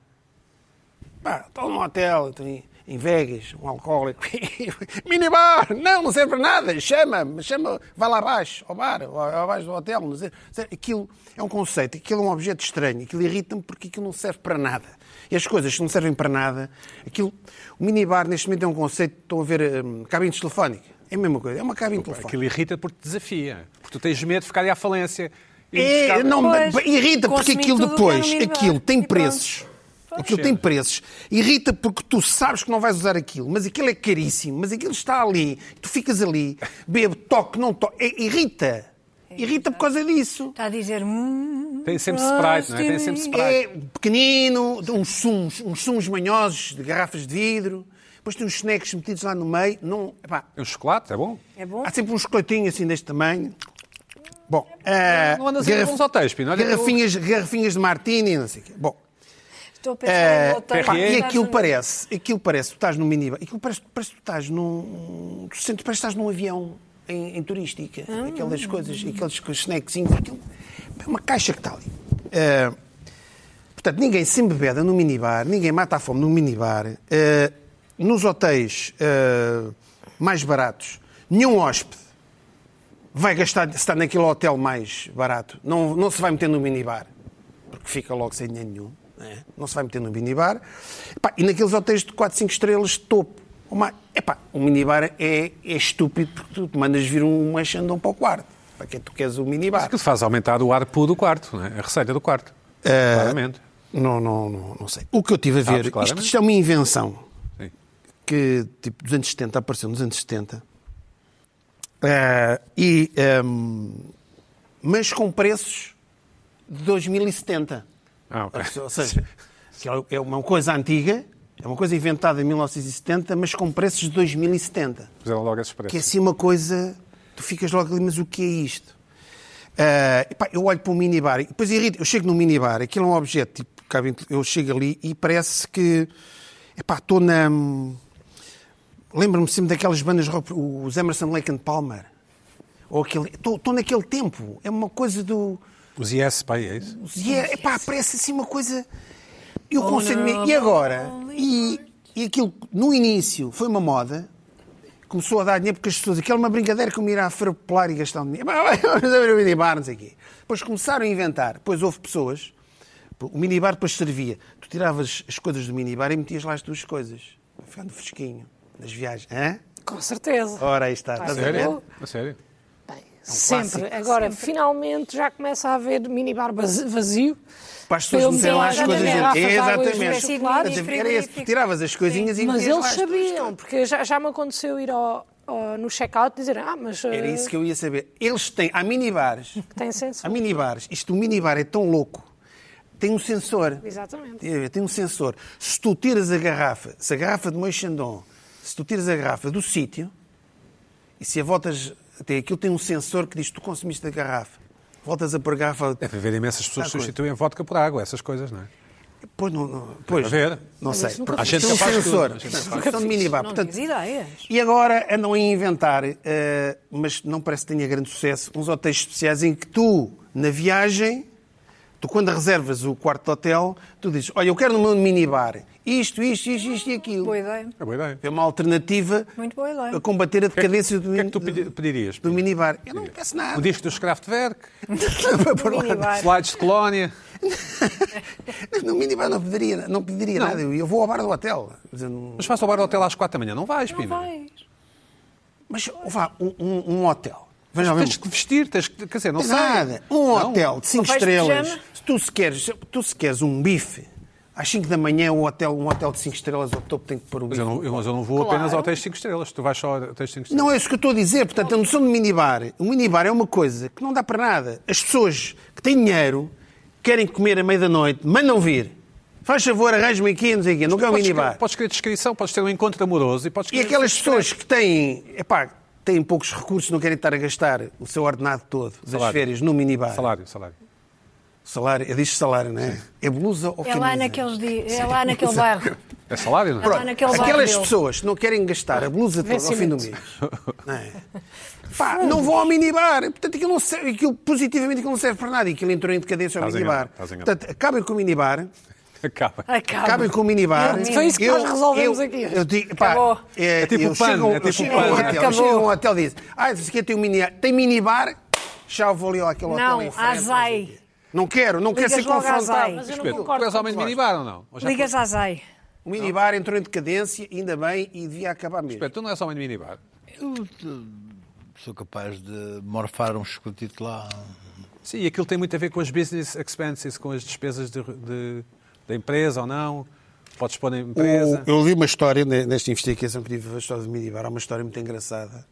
S2: Pá, estou num hotel, estou em, em Vegas, um alcoólico. minibar! Não, não serve para nada. Chama-me, chama, vai lá abaixo, ao bar, ou abaixo do hotel. Não serve, serve- Aquilo é um conceito, aquilo é um objeto estranho, aquilo irrita-me porque aquilo não serve para nada. E as coisas que não servem para nada, aquilo. O minibar neste momento é um conceito, estão a ver hum, cabines telefónicas. É a mesma coisa, é uma cabine telefónica.
S1: Aquilo irrita porque te desafia. Porque tu tens medo de ficar aí à falência. E
S2: É,
S1: ficar-
S2: não,
S4: Pois,
S2: mas irrita porque
S4: consumir
S2: aquilo
S4: tudo o que há no
S2: depois,
S4: minibar
S2: aquilo tem
S4: e pronto.
S2: preços. Aquilo tem preços. Irrita porque tu sabes que não vais usar aquilo, mas aquilo é caríssimo, mas aquilo está ali, tu ficas ali, bebo, toque, não toque. É, irrita.
S4: É
S2: Irrita por causa disso.
S3: Está a dizer. Hum,
S1: Tem sempre Sprite, não é? Tem sempre Sprite.
S2: É pequenino, uns sumos, uns sumos manhosos de garrafas de vidro, depois tem uns snacks metidos lá no meio. Não, epá,
S1: É um chocolate, é bom.
S3: É bom?
S2: há sempre uns coitinhos assim deste tamanho. Bom,
S4: É
S2: eh,
S1: Não andas um em
S2: garraf-
S1: bons hotéis, Pino. Olha,
S2: garrafinhas, garrafinhas de martini, e não sei o quê. Bom,
S3: Estou a pensar
S2: É,
S3: em voltar.
S2: pá,
S1: PRE.
S2: e aquilo parece, aquilo parece, tu estás num minibar, aquilo parece, parece que tu estás num. Tu sentes, parece que estás num avião em, em turística, aquelas coisas, aqueles snackzinhos, aquilo. É uma caixa que está ali. É, portanto, ninguém se embebeda no minibar, ninguém mata a fome no minibar. É, nos hotéis é, mais baratos, nenhum hóspede vai gastar, se está naquele hotel mais barato, não, não se vai meter no minibar, porque fica logo sem dinheiro nenhum, né? não se vai meter no minibar. Epá, e naqueles hotéis de 4, 5 estrelas de topo, uma, epá, o minibar é, é estúpido porque tu te mandas vir um manchandão para o quarto. Para que é que tu queres o minibar?
S1: Aquilo faz aumentar o ar puro do quarto, não é? a receita do quarto.
S2: É.
S1: Claramente.
S2: Não, não, não, não sei. O que eu tive a
S1: Sabes,
S2: ver, isto,
S1: claramente.
S2: isto é uma invenção
S1: Sim.
S2: que tipo dos anos 70, apareceu nos anos 70. Eh, e, ehm, mas com preços de 2070.
S1: Ah, ok.
S2: Ou seja, que é uma coisa antiga, é uma coisa inventada em 1970, mas com preços de 2070
S1: Fizeram logo esses
S2: que é
S1: preços.
S2: assim uma coisa, tu ficas logo ali, mas o que é isto? Ah, epá, eu olho para um minibar, e depois irrita, eu chego num minibar, aquilo é um objeto, tipo, cabem- eu chego ali e parece que Epá, estou na. Lembro-me sempre daquelas bandas rock, os Emerson Lake and Palmer. Ou aquele. Estou naquele tempo. É uma coisa do.
S1: Os IS, pai, é isso?
S2: E é, epá, parece assim uma coisa. Eu consigo. me- E agora? E, e aquilo que no início foi uma moda, começou a dar dinheiro porque as pessoas. Aquilo é uma brincadeira como ir à feira popular e gastar um dinheiro. Vamos abrir o minibar, não sei o quê. Depois começaram a inventar. Depois houve pessoas. O minibar depois servia. Tu tiravas as coisas do minibar e metias lá as tuas coisas. Para ficar no fresquinho, nas viagens. Hã?
S4: Com certeza.
S2: Ora, aí está. Estás a ver?
S1: Sério? A sério?
S5: É um
S4: Sempre. Agora, finalmente, já começa a haver minibar vaz- vazio.
S2: Para as pessoas
S4: Pelo
S2: meterem lá
S4: menos
S2: as coisas
S4: garrafas
S2: dentro.
S4: de água e uns
S2: Exatamente.
S4: pedacinhos de
S3: chocolate.
S2: Estás a ver? Era
S3: frigorífico.
S2: esse. Tu tiravas as coisinhas e
S4: Mas
S2: metias
S4: eles
S2: lá as tuas
S4: sabiam, porque já, já me aconteceu ir ao, ao- no check-out e dizer, ah, mas eh,
S2: Era isso Ah, que eu ia saber. Eles têm, há minibares,
S4: tem senso.
S2: há minibares, isto, o minibar é tão louco, tem um sensor.
S4: Exatamente.
S2: Tem, tem um sensor. Se tu tiras a garrafa, se a garrafa de Moixandon, se tu tiras a garrafa do sítio, e se a voltas até aquilo, tem um sensor que diz que tu consumiste a garrafa. Voltas a pôr a garrafa.
S1: Deve haver imensas pessoas
S2: Ah,
S1: que substituem a vodka por água, essas coisas, não é?
S2: Pois não. não pois,
S1: A ver.
S2: Não sei.
S4: isso nunca
S1: Há gente
S2: tem um
S1: capaz de tudo.
S2: sensor.
S1: Há gente
S2: Portanto,
S1: capaz de
S2: São de minibar.
S3: Não
S2: Portanto,
S3: tens ideias.
S2: E agora andam a inventar, eh, mas não parece que tenha grande sucesso, uns hotéis especiais em que tu, na viagem, tu quando reservas o quarto de hotel, tu dizes, olha, eu quero no meu minibar isto, isto, isto, isto e aquilo.
S3: Ah, Boa ideia.
S1: É boa ideia.
S2: É uma alternativa
S3: Muito boa ideia.
S2: a combater a decadência do,
S1: O que é que tu
S2: do-
S1: pedi- pedirias?
S2: do minibar. Eu não peço nada.
S1: Um disco dos Kraftwerk,
S2: Por lá.
S3: Minibar.
S1: slides de colónia.
S2: no minibar não pediria, não pediria nada. Eu eu vou ao bar do hotel. Quer dizer, não-
S1: Mas vais ao bar do hotel às quatro da manhã. Não vais,
S2: é?
S1: Pina.
S2: Mas vá, um, um- um hotel. Veja lá
S1: Tens
S2: mesmo.
S1: que vestir, tens que. Quer dizer, não
S2: Tem
S1: sei.
S2: Nada. Um
S1: Não.
S2: hotel de 5
S3: Não vais de
S2: estrelas.
S3: pijama?
S2: Se tu se queres, se tu se queres um bife, às 5 da manhã um hotel, um hotel de 5 estrelas ao topo tem que pôr o
S1: Mas
S2: bife.
S1: eu não, eu- mas eu não vou apenas ao hotéis de 5 estrelas. Tu vais só ao hotéis de 5 estrelas.
S2: Não é isso que eu estou a dizer. Portanto, a noção de minibar. O minibar é uma coisa que não dá para nada. As pessoas que têm dinheiro querem comer à meia-da-noite, mandam vir. Faz favor, arranje-me aqui, não sei o quê. Não quer um
S1: podes,
S2: minibar.
S1: escrever- podes escrever descrição, podes ter um encontro amoroso e podes
S2: E
S1: escrever-
S2: aquelas pessoas que têm, epá, têm poucos recursos, não querem estar a gastar o seu ordenado todo, das
S1: Salário.
S2: férias, no minibar.
S1: Salário, salário.
S2: Salário, eu disse salário, não é? É blusa ou
S3: É lá
S2: camisa?
S3: naqueles dias, é lá naquele bairro.
S1: É salário, não é?
S3: Pronto. lá naquele bairro
S2: Aquelas
S3: dele.
S2: pessoas que não querem gastar a blusa toda ao fim do mês. Não, é? Pá, não vão ao minibar. Portanto, aquilo, não serve, aquilo positivamente aquilo não serve para nada. E aquilo entrou em decadência ao
S1: Estás
S2: minibar.
S1: enganado, estás enganado.
S2: Portanto, acabem com o minibar.
S1: Acaba.
S2: Ah,
S4: Ah,
S2: Acabem com o minibar.
S4: Não, foi isso que nós resolvemos
S2: eu-
S4: aqui.
S2: Eu digo, pá,
S4: Acabou.
S2: É,
S1: É tipo
S2: eu
S1: o PAN,
S2: chego,
S1: é tipo
S2: eu
S1: o
S2: chego
S1: PAN.
S2: a um hotel, eu chego a um
S3: Acabou.
S2: hotel e diz, ah, isso aqui tem um minibar. Tem minibar? Já vou ali àquele hotel
S3: Não,
S2: em frente, não sei o
S3: azai.
S2: quê. Não quero, não quero
S3: Ligas
S2: ser
S3: logo à
S2: confrontado.
S3: azai.
S4: Mas eu não
S1: Pedro,
S4: concordo
S1: tu és
S4: com
S1: homem de minibar ou não? Ou já
S3: Ligas à ZAI.
S2: O minibar entrou em decadência, ainda bem, e devia acabar mesmo.
S1: Pedro, tu não és homem de minibar.
S5: Eu eh, sou capaz de morfar um escutito lá.
S1: Sim, e aquilo tem muito a ver com as business expenses, com as despesas de- de- da empresa ou não. Podes pôr na empresa.
S2: O- eu li uma história ne- nesta investigação que tive a história do Minibar, há uma história muito engraçada.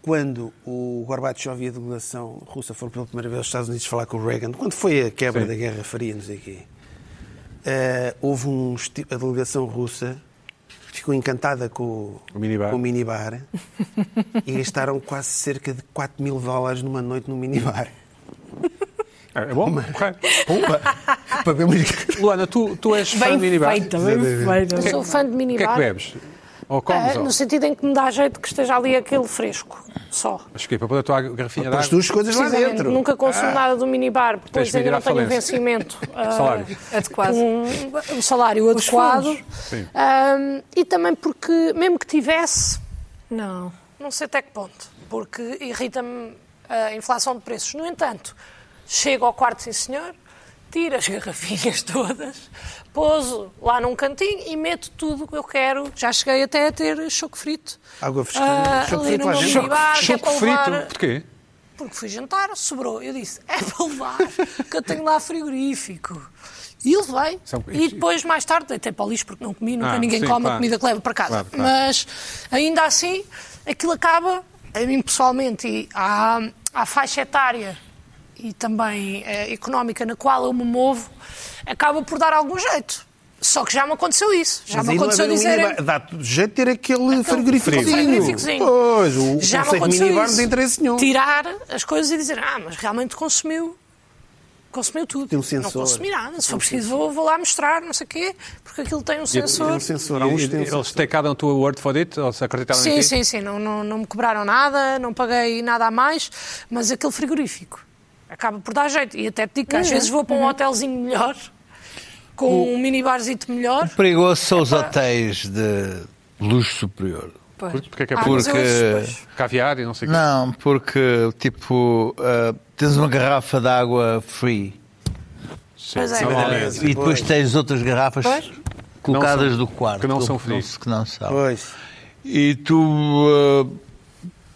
S2: Quando o Gorbachev e a delegação russa foram pela primeira vez aos Estados Unidos falar com o Reagan, quando foi a quebra
S1: Sim.
S2: da Guerra Fria, não sei o quê, eh, houve um, esti- a delegação russa que ficou encantada com o,
S1: O minibar.
S2: com o minibar e gastaram quase cerca de 4 mil dólares numa noite no minibar.
S1: É, é bom? Ok.
S2: Pumba! Para ver umas-
S1: Luana, tu, tu és fã de minibar.
S4: Eu sou fã
S1: O que é
S4: de
S1: que
S4: minibar.
S1: bebes? Ou comes?
S4: Ah,
S1: ou...
S4: no sentido em que me dá jeito que esteja ali aquele fresco, só.
S1: Mas que é, para pôr a tua garrafinha de
S2: Pôs
S1: água?
S2: duas coisas lá
S4: Precisamente,
S2: dentro.
S4: Nunca consumo nada do minibar,
S1: Tens
S4: depois
S1: de
S4: ainda
S1: ir à
S4: não tenho um
S1: falência.
S4: vencimento. ah,
S1: Salário.
S3: Adequado.
S4: um, um salário adequado.
S1: Sim.
S4: Ahm, e também porque, mesmo que tivesse,
S3: Não.
S4: não sei até que ponto, porque irrita-me a inflação de preços. No entanto, chego ao quarto, sim senhor, tiro as garrafinhas todas, pouso lá num cantinho e meto tudo o que eu quero. Já cheguei até a ter choco frito.
S2: Água fresquinha.
S4: ah,
S2: Choco
S4: ali
S2: frito
S4: no
S2: lá
S4: meu
S2: dentro.
S4: minibar, que é
S1: Choco
S4: para levar-
S1: frito. Porquê?
S4: porque fui jantar, sobrou. Eu disse, é para levar, que eu tenho lá frigorífico. E levei.
S1: Isso é um-
S4: E depois, mais tarde, deitei para o lixo, porque não comi, nunca
S1: Ah,
S4: ninguém
S1: sim,
S4: come
S1: claro.
S4: a comida que leva para casa.
S1: Claro, claro.
S4: Mas, ainda assim, aquilo acaba, a mim pessoalmente, e à, à faixa etária e também eh, económica na qual eu me movo, acaba por dar algum jeito. Só que já me aconteceu isso. Já
S2: Mas
S4: me
S2: aí não
S4: aconteceu
S2: haver um
S4: dizerem...
S2: minibar. Dá tudo jeito de ter aquele frigoríficozinho.
S4: um frigoríficozinho.
S2: Pois, o
S4: Já me
S2: conceito de
S4: aconteceu
S2: minibar
S4: isso.
S2: não tem interesse nenhum.
S4: Tirar as coisas e dizer, ah, mas realmente consumiu Consumiu tudo.
S2: Tem um sensor. um
S4: Não consumi nada. Se for preciso, vou, vou lá mostrar, não sei o quê, porque aquilo tem um
S2: Tem
S4: sensor.
S2: um sensor, é há uns que têm um sensor.
S1: Eles tacaram tu a word for it? Ou se acreditaram em
S4: Sim,
S1: ti?
S4: sim, sim. Não, não, não me cobraram nada, não paguei nada a mais, mas aquele frigorífico acaba por dar jeito. E até te digo que
S2: É,
S4: às vezes vou para
S2: uhum.
S4: um hotelzinho melhor, com um minibarzito melhor.
S5: Perigoso são os hotéis de luxo superior.
S1: Por- Porque é que é
S4: Ah,
S1: por
S4: mas eu acho-
S5: Porque.
S4: pois.
S1: caviar e não sei o quê?
S5: Não, porque, tipo, ah, tens uma garrafa de água free
S1: Sim,
S4: Pois é.
S1: não há-
S2: Exatamente.
S5: e depois tens outras garrafas
S4: Pois.
S5: colocadas
S1: Não são-
S5: do quarto.
S1: que não são
S5: que não
S1: free.
S5: se- que não são.
S2: Pois.
S5: E tu ah,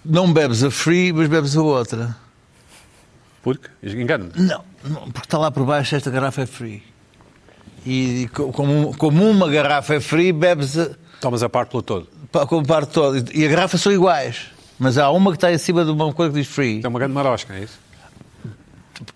S5: não bebes a free, mas bebes a outra.
S1: Porque? Engano-me.
S5: Não, não, porque está lá por baixo, esta garrafa é free. E, co- como, como uma garrafa é free, bebes a,
S1: Tomas a parte pelo todo.
S5: pa- como parte toda. E a garrafa são iguais. Mas há uma que está em cima de uma coisa que diz free.
S1: É uma grande marosca, é isso?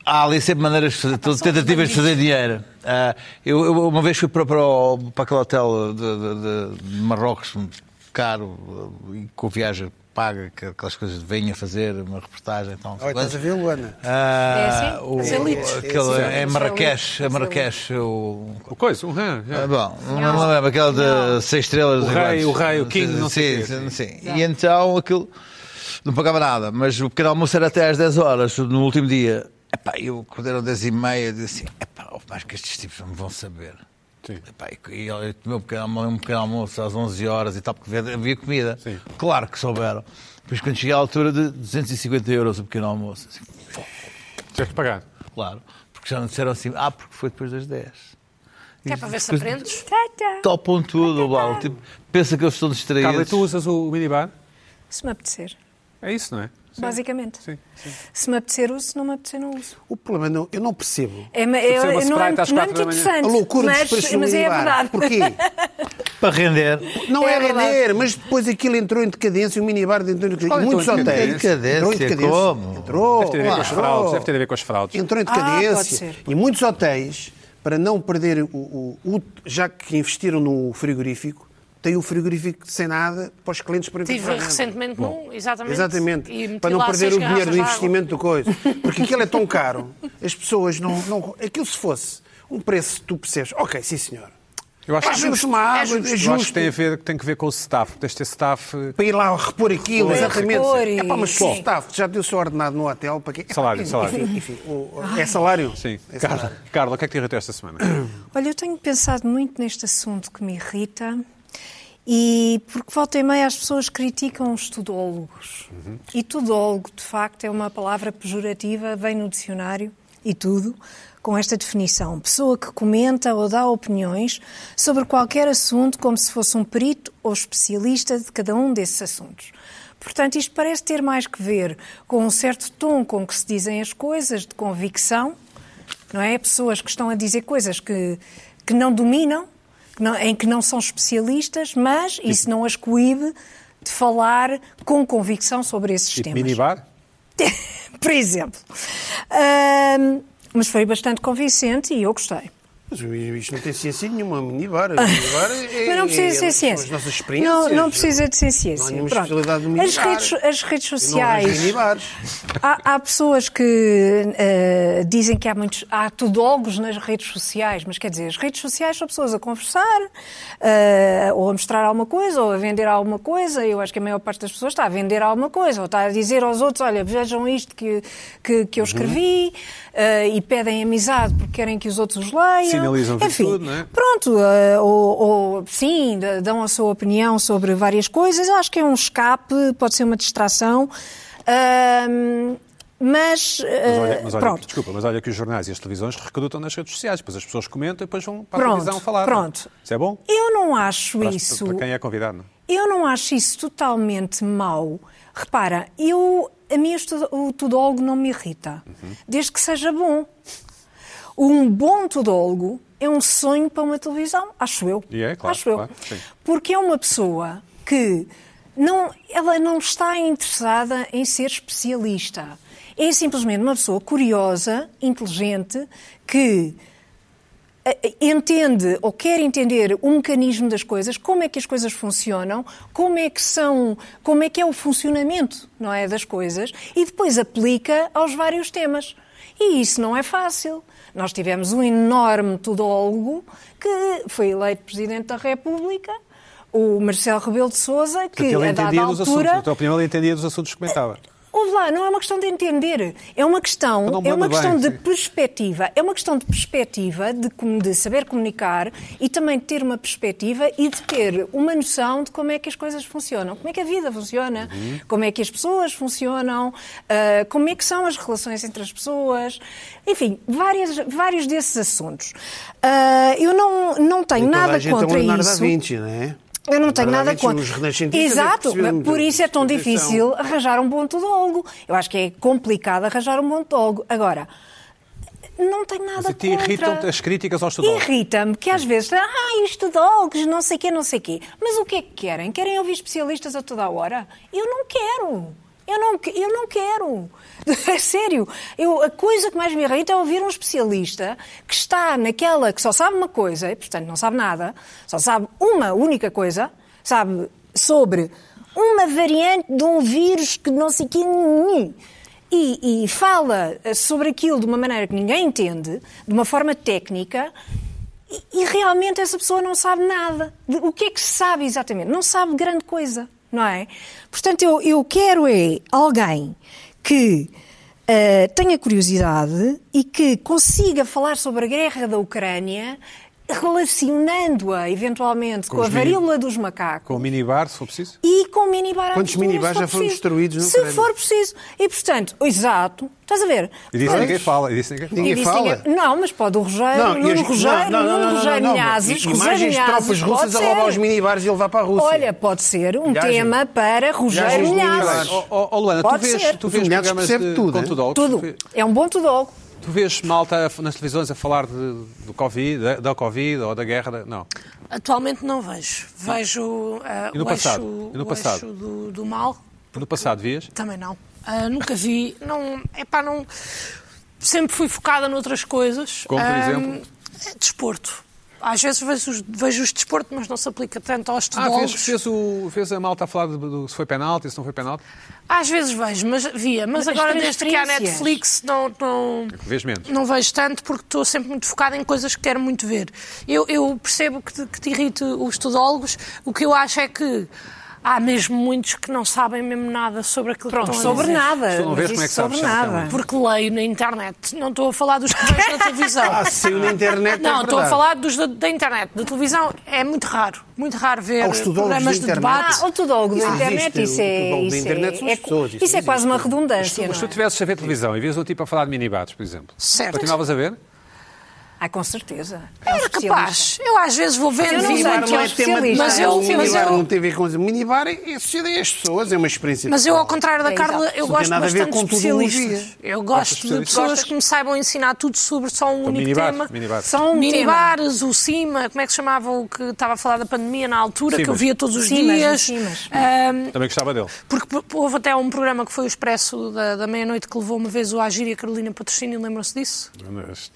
S5: Há ali sempre maneiras de fazer,
S4: Então
S5: tentativas de fazer dinheiro. Ah, eu, eu uma vez fui para, para, o- para aquele hotel de, de- de Marrocos, muito caro, e com viagem paga, que- aquelas coisas de venha fazer uma reportagem. Então,
S2: Olha, estás a ver, Luana?
S5: Ah,
S4: É assim?
S5: o-
S4: As elites.
S5: aquele-
S2: É assim.
S5: é Marrakech, é Marrakech, o.
S1: O coisa, o rã. já.
S5: Ah, bom, não me lembro, aquela de seis estrelas.
S1: O
S5: não sei
S1: rei,
S5: quantos.
S1: o rei, o king, não sei
S5: Sim,
S1: o quê,
S5: sim, sim. E então aquilo. Não pagava nada, mas o pequeno almoço era até às 10 horas, no último dia. Epá, eu acordei às 10 e meia disse assim: epá, houve mais que estes tipos não me vão saber.
S1: Sim.
S5: Epá, e- e eu tomei um pequeno, almo- um pequeno almoço às 11 horas e tal, porque havia- havia comida.
S1: Sim.
S5: Claro que souberam. Depois, quando cheguei à altura de 250 euros o pequeno almoço, assim,
S1: Tiveste que pagar.
S5: claro, porque já me disseram assim: ah, porque foi depois das 10
S4: Que é para ver se aprendes.
S5: topam
S4: é
S5: tudo, Val. Tipo, pensa que eles estão
S2: É
S5: distraídos.
S1: Carla, tu usas o minibar?
S3: Se me apetecer.
S1: É isso, não é?
S3: Basicamente.
S1: Sim.
S3: Se me apetecer, uso. Se não me apetecer, não uso.
S2: O problema, não, eu não percebo.
S3: É, ma-
S1: Se
S3: é,
S1: uma
S3: não é, não é
S1: Sprite às quatro
S3: muito
S1: da manhã.
S3: interessante.
S2: A loucura dos
S3: mas,
S2: preços
S3: mas é
S2: do minibar.
S3: verdade.
S2: Porquê?
S5: Para render.
S2: Não
S3: É
S2: é,
S3: verdade.
S2: vender, mas depois aquilo entrou em decadência, o minibar entrou em decadência.
S1: Qual
S2: E Muitos
S1: entrou em
S2: hotéis.
S5: decadência?
S2: Entrou em decadência.
S5: Como?
S2: Entrou.
S1: Deve ter a ver com as
S2: entrou.
S1: fraudes, deve ter a ver com as fraudes.
S2: Entrou em
S3: Ah, pode
S2: decadência.
S3: ser.
S2: e muitos hotéis, para não perder o, o- o- Já que investiram no frigorífico, têm o frigorífico sem nada para os clientes para
S4: Estive recentemente num, exatamente.
S2: Exatamente.
S4: E meti
S2: Para não
S4: lá
S2: perder
S4: seis
S2: o dinheiro
S4: garrafas
S2: do
S4: de água.
S2: investimento do coisa. Porque aquilo é tão caro, as pessoas não. não aquilo se fosse um preço que tu percebes, ok, sim senhor.
S1: Eu acho,
S2: Pá,
S1: que,
S2: bebemos uma água, é
S1: eu acho que
S2: justo.
S1: tem a ver, tem que ver com o staff. Tens de ter staff. eh,
S2: Para ir lá repor aquilo,
S1: Para
S2: exatamente.
S3: repor e-
S2: é pá, mas
S3: Bom.
S2: o staff já deu o seu ordenado no hotel para quê? Epá,
S1: Salário,
S2: enfim,
S1: salário.
S2: Enfim, enfim, o- é salário?
S1: Sim.
S2: É salário.
S1: Carla, Carla, o que é que te irritou esta semana?
S3: Olha, eu tenho pensado muito neste assunto que me irrita e porque volta e meia as pessoas criticam os tudólogos. E tudólogo, de facto, é uma palavra pejorativa, vem no dicionário e tudo, com esta definição. Pessoa que comenta ou dá opiniões sobre qualquer assunto como se fosse um perito ou especialista de cada um desses assuntos. Portanto, isto parece ter mais que ver com um certo tom com que se dizem as coisas, de convicção, não é? Pessoas que estão a dizer coisas que, que não dominam, que não- em que não são especialistas, mas
S1: Tipo-
S3: isso não as coíbe de falar com convicção sobre esses
S1: Tipo
S3: temas.
S1: minibar?
S3: Por exemplo. Ahm, mas foi bastante convincente e eu gostei.
S2: Mas isto não tem ciência nenhuma, minibar. minibar é,
S3: Mas não
S2: é-
S3: precisa
S2: são
S3: de ser ciência.
S2: As nossas experiências.
S3: não, não precisa de ser ciência.
S2: Não há nenhuma
S3: Pronto.
S2: especialidade no
S3: as,
S2: minibar.
S3: redes, as
S2: Eu
S3: redes
S2: não arranjo
S3: sociais.
S2: minibares.
S3: Há, há pessoas que eh, dizem que há muitos. Há tudólogos nas redes sociais, mas quer dizer, as redes sociais são pessoas a conversar, eh, ou a mostrar alguma coisa, ou a vender alguma coisa. Eu acho que a maior parte das pessoas está a vender alguma coisa, ou está a dizer aos outros: olha, vejam isto que, que,
S1: Uhum.
S3: que eu escrevi, eh, e pedem amizade porque querem que os outros os leiam.
S1: Sinalizam
S3: Enfim,
S1: virtude, não é?
S3: Pronto, eh, ou, ou, sim, d- dão a sua opinião sobre várias coisas. Eu acho que é um escape, pode ser uma distração. ahm,
S1: Mas
S3: mas,
S1: olha-
S3: eh,
S1: mas olha-
S3: pronto.
S1: Desculpa, mas olha que os jornais e as televisões recrutam nas redes sociais. Depois as pessoas comentam e depois vão para a
S3: Pronto,
S1: televisão falar.
S3: pronto.
S1: Isso é bom?
S3: Eu não acho
S1: Para, as-
S3: isso.
S1: para quem é convidado, não?
S3: Eu não acho isso totalmente mau. Repara, eu, a mim estu- o tudólogo não me irrita, desde que seja bom. Um bom tudólogo é um sonho para uma televisão, acho eu.
S1: E é, claro,
S3: acho eu.
S1: claro, sim.
S3: Porque é uma pessoa que não, ela não está interessada em ser especialista. É simplesmente uma pessoa curiosa, inteligente, que Eh, entende ou quer entender o mecanismo das coisas, como é que as coisas funcionam, como é que são, como é que é o funcionamento, não é, das coisas, e depois aplica aos vários temas. E isso não é fácil. Nós tivemos um enorme tudólogo que foi eleito Presidente da República, o Marcelo Rebelo de Sousa, que
S1: Porque ele
S3: a dada
S1: entendia dos assuntos.
S3: altura...
S1: Na tua opinião, ele entendia dos assuntos que comentava.
S3: Ouve lá, não é uma questão de entender, é uma questão,
S1: Eu não me
S3: é uma
S1: lembro
S3: questão
S1: bem,
S3: de
S1: sim.
S3: perspectiva, é uma questão de perspectiva, de, com- de saber comunicar e também de ter uma perspectiva e de ter uma noção de como é que as coisas funcionam, como é que a vida funciona,
S2: Uhum.
S3: como é que as pessoas funcionam, ah, como é que são as relações entre as pessoas, enfim, várias, vários desses assuntos. Ah, eu não, não tenho
S2: Toda
S3: nada
S2: a gente é um
S3: contra
S2: Leonardo da
S3: isso.
S2: Vinci, não é?
S3: Eu não tenho
S2: Leonardo
S3: nada
S2: da Vinci,
S3: contra.
S2: Os renascentistas é que
S3: Exato,
S2: perceberam
S3: mas por
S2: muito
S3: isso é tão
S2: desta questão.
S3: difícil arranjar um bom tudólogo. Eu acho que é complicado arranjar um bom tudólogo. Agora, não tenho nada
S1: Mas a ti
S3: contra.
S1: irritam-te as críticas aos tudólogos?
S3: Irrita-me que às vezes, ah, os tudólogos, não sei quê, não sei quê. Mas o que é que querem? Querem ouvir especialistas a toda a hora? Eu não quero. Eu não, que- eu não quero. É sério. Eu, a coisa que mais me irrita é ouvir um especialista que está naquela que só sabe uma coisa, e portanto não sabe nada, só sabe uma única coisa, sabe, sobre uma variante de um vírus que não sei quê. E, e fala sobre aquilo de uma maneira que ninguém entende, de uma forma técnica, e, e realmente essa pessoa não sabe nada. De- o que é que se sabe exatamente? Não sabe grande coisa, não é? Portanto, eu, eu quero é alguém que eh, tenha curiosidade e que consiga falar sobre a guerra da Ucrânia relacionando-a eventualmente com,
S1: os
S3: a
S1: mini-
S3: varíola dos macacos
S1: Com o minibar, se for preciso?
S3: e com minibar à
S2: Quantos
S3: mistura, se
S2: minibar
S3: for
S2: já foram
S3: preciso.
S2: destruídos na
S3: Se
S2: Ucrânia?
S3: for preciso. E, portanto, exato, estás a ver?
S1: E disse
S2: Pois.
S1: ninguém fala. E disse ninguém fala.
S2: Ninguém
S3: disse
S2: fala?
S3: Não, mas pode o Rogério,
S2: Não, e
S3: Nuno
S2: as-
S3: Rogério,
S2: não, não, não,
S3: Nuno
S2: não,
S3: Rogério
S2: não, não.
S3: Milhazes,
S2: Imagens
S3: Rogério
S2: de
S3: Milhazes,
S2: tropas russas
S3: pode
S2: a roubar
S3: ser.
S2: os minibares e levar para a Rússia.
S3: Olha, pode ser um
S2: Milhagem.
S3: tema para
S2: Milhagens
S3: Rogério
S2: de
S3: Milhazes.
S2: milhares.
S1: Ó oh, Luana, tu
S3: Pode
S1: vês,
S3: ser.
S1: tu
S2: Os
S1: vês
S2: humilhados
S1: programas
S2: percebe
S1: de,
S2: tudo,
S1: com
S2: é?
S1: tudólogos?
S3: Tudo.
S1: Tu vê-
S3: É um bom tudólogo.
S1: Tu vês malta a- nas televisões a falar de, do Covid, da, da Covid ou da guerra? da- Não.
S4: Atualmente não vejo. Vejo ah,
S1: E no
S4: o
S1: passado?
S4: eixo,
S1: E no
S4: o
S1: passado?
S4: eixo do, do mal.
S1: No passado vias?
S4: Também não. Ah, nunca vi. Não, epá, não... Sempre fui focada noutras coisas.
S1: Como, por
S4: Ah,
S1: exemplo?
S4: é Desporto. Às vezes vejo os, vejo os desporto, mas não se aplica tanto aos
S1: Ah,
S4: tudólogos.
S1: vês, fez, o, fez a malta a falar de, do- se foi penalti, se não foi penalti?
S4: Às vezes vejo, mas via. Mas,
S3: Mas
S4: agora,
S3: tens
S4: desde que há
S3: referências?
S4: Netflix, não, não,
S1: Vês menos.
S4: não vejo tanto porque estou sempre muito focada em coisas que quero muito ver. Eu, eu percebo que te, que te irrite os tudólogos. O que eu acho é que há mesmo muitos que não sabem mesmo nada sobre aquilo
S3: Pronto,
S4: que estão a
S3: sobre
S4: dizer.
S3: nada.
S1: Só não vês como é
S3: mas
S1: que
S3: isso
S1: sabes,
S3: sobre
S1: sabe,
S3: nada.
S4: Porque leio na internet. Não estou a falar dos que vejo na televisão.
S2: Ah, saiu na internet, é
S4: Não, estou a
S2: verdade.
S4: falar dos da, da internet. Da televisão é muito raro. Muito raro ver
S2: Aos tudólogos
S4: programas
S2: da
S4: de
S2: internet.
S4: debate.
S3: Ah, o tudólogo da
S2: Isso
S3: internet,
S2: existe,
S3: isso é.
S2: o tudólogo da
S3: isso
S2: internet são
S3: é,
S2: as pessoas, isso
S3: isso é quase uma
S2: existe.
S3: redundância.
S1: Mas se
S3: não
S1: tu
S3: é?
S1: tivesses a ver televisão e vias um tipo a falar de minibates, por exemplo,
S4: Certo.
S1: continuavas a ver?
S3: Ah, com certeza. É um
S4: Era
S3: especialista.
S4: capaz. Eu às vezes vou ver
S3: Eu não
S4: vídeo
S3: sei,
S2: Minibar
S4: aqueles-
S3: que
S2: não
S3: é
S2: é tema de
S4: mas
S3: especialista.
S4: eu,
S2: o
S3: Sim,
S4: mas
S2: minibar
S4: eu,
S2: não tem a ver com isso. Minibar é sociedade é as pessoas, é uma experiência.
S4: mas eu, ao
S2: pessoal.
S4: contrário da
S3: É,
S4: Carla,
S3: exato.
S4: eu
S2: Não tem
S4: gosto
S2: nada a ver
S4: bastante de
S2: com tudologia.
S4: especialistas. Eu gosto de
S1: especialistas?
S4: pessoas
S1: Gostas?
S4: que me saibam ensinar tudo sobre só um
S1: Então,
S4: único
S1: minibar,
S4: tema.
S1: minibar.
S3: Só um tema.
S4: Minibares, o CIMA, como é que se chamava o que estava a falar da pandemia na altura, que eu
S1: Cimas.
S4: via todos os
S3: Cimas,
S4: dias.
S3: os Cimas.
S4: Ahm,
S1: Também gostava dele.
S4: porque p- houve até um programa que foi o Expresso da, da meia-noite que levou uma vez o Agir e a Carolina Patrocínio, lembram-se disso?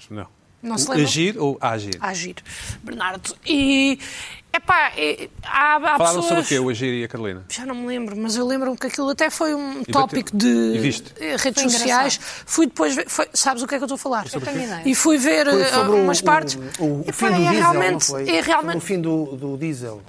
S1: Não.
S4: Não se
S1: O
S4: lembra?
S1: Agir ou agir?
S4: Agir, Bernardo. E, epá, e, há, há
S1: Falaram
S4: pessoas...
S1: sobre o quê, o Agir e a Carolina?
S4: Já não me lembro, mas eu lembro-me que aquilo até foi um
S1: bateu-
S4: tópico
S1: e
S4: de
S1: viste?
S4: eh, redes
S3: Foi
S4: sociais. Fui depois ver, foi- sabes o que é que eu estou a falar?
S3: Eu tenho ideia.
S4: E fui ver
S2: Foi
S4: eh,
S2: sobre o-
S4: umas partes.
S2: O, o
S4: E
S2: fim do
S4: pá, é
S2: diesel, não
S4: realmente,
S2: foi?
S4: é
S2: O
S4: realmente
S2: fim do, do diesel.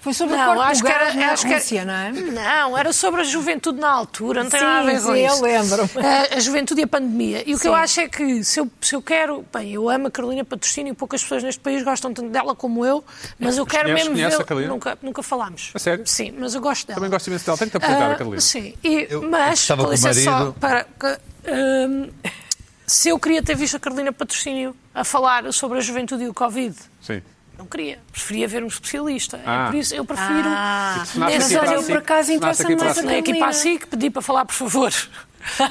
S3: Foi sobre o
S4: não,
S3: corte
S4: acho
S3: do
S4: que era,
S3: gás na
S4: acho que era-
S3: Rússia, não é?
S4: Não, era sobre a juventude na altura, não tem
S3: Sim,
S4: nada a ver com
S3: sim, eu
S4: isso. Eh,
S3: lembro.
S4: A, a juventude e a pandemia. E o que
S3: Sim.
S4: eu acho é que se eu, se eu quero. Bem, eu amo a Carolina Patrocínio e poucas pessoas neste país gostam tanto dela como eu, mas eu quero
S1: Conheces-
S4: mesmo
S1: conheces a
S4: ver.
S1: Carolina?
S4: Nunca, nunca falámos.
S1: A sério?
S4: Sim, mas eu gosto dela.
S1: Também gosto imenso dela. Tem que te apresentar
S4: Ah,
S1: a Carolina.
S4: Sim, e,
S5: Eu- eu
S4: mas
S5: estava
S4: com
S5: com o
S4: licença só
S5: marido.
S4: para que, hum, se eu queria ter visto a Carolina Patrocínio a falar sobre a juventude e o Covid,
S1: Sim.
S4: não queria. Preferia ver um especialista.
S1: Ah.
S4: É por isso eu prefiro.
S3: Ah.
S1: Se nasce
S4: Nesse
S1: aqui
S4: olho,
S1: para
S4: eu
S1: a
S4: por
S1: SIC,
S3: acaso
S1: se nasce aqui
S3: interessa-me
S1: para a
S3: mais
S1: SIC.
S4: Telefonei aqui para a SIC, pedi assim para falar, por favor,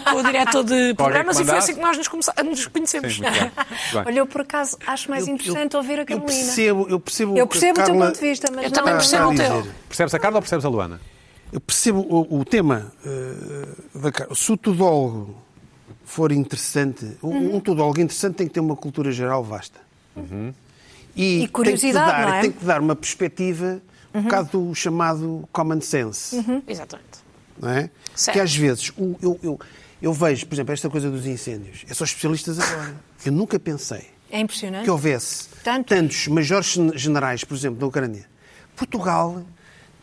S4: com o diretor de programas, e foi
S1: mandar?
S4: assim que nós nos, começa- nos conhecemos.
S1: Sim, muito bem. Muito bem.
S3: Olha, eu por acaso acho mais
S2: Eu- eu-
S3: interessante ouvir a Carolina.
S2: Eu percebo, eu percebo,
S3: Eu percebo
S2: o
S3: o
S2: que a
S3: teu
S2: Carla
S3: ponto de vista, mas
S4: Eu
S3: não-
S4: também
S2: está-
S4: percebo o
S2: está a
S4: teu.
S2: dizer.
S1: Percebes a Carla ou percebes a Luana?
S2: Eu percebo o, o tema eh, da Carla. Se o tudólogo for interessante, um,
S3: Uhum.
S2: um tudólogo interessante tem que ter uma cultura geral vasta.
S3: E
S2: E,
S3: curiosidade,
S2: tem que, te
S3: não
S2: dar,
S3: é? Uhum.
S2: tem que te dar uma perspectiva um bocado do chamado common sense.
S4: Exatamente.
S2: não é?
S4: Certo.
S2: Que às vezes o- eu, eu- Eu vejo, por exemplo, esta coisa dos incêndios. Eu sou especialistas agora. Eu nunca pensei
S3: É impressionante.
S2: que houvesse
S3: Tanto.
S2: tantos majores gen- generais, por exemplo, da Ucrânia. Portugal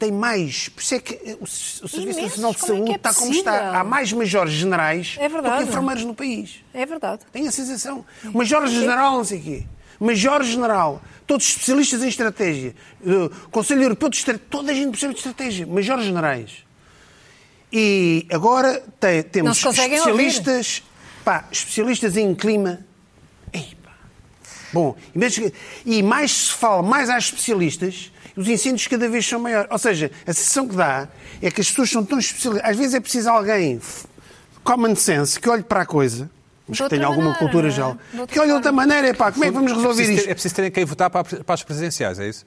S2: tem mais. Por isso é que eh, o, S- o Serviço
S3: Imensos,
S2: Nacional de
S3: como é que
S2: Saúde
S3: é
S2: está como
S3: possível?
S2: está. Há mais majores generais do
S3: É
S2: que
S3: verdade.
S2: enfermeiros no país.
S3: É verdade.
S2: Tenho a sensação. Major General, não sei o quê. Major General. Todos especialistas em estratégia. Eh, Conselho Europeu de Estratégia. Toda a gente percebe de estratégia. Majores Generais. E agora te-
S3: Não
S2: temos
S3: se conseguem
S2: especialistas, pá, especialistas em clima. Ei, pá. Bom, e mesmo que- e mais se fala, mais há especialistas, os incêndios cada vez são maiores. Ou seja, a sensação que dá é que as pessoas são tão especialistas. Às vezes é preciso alguém f- common sense que olhe para a coisa, mas
S3: De
S2: que
S3: outra
S2: tenha alguma
S3: maneira,
S2: cultura
S3: não é?
S2: geral,
S3: De outra
S2: que olhe de outra
S3: forma.
S2: maneira, pá, como é que vamos resolver
S1: preciso ter-
S2: isto?
S1: é preciso terem quem votar para, a- para as presidenciais, é isso?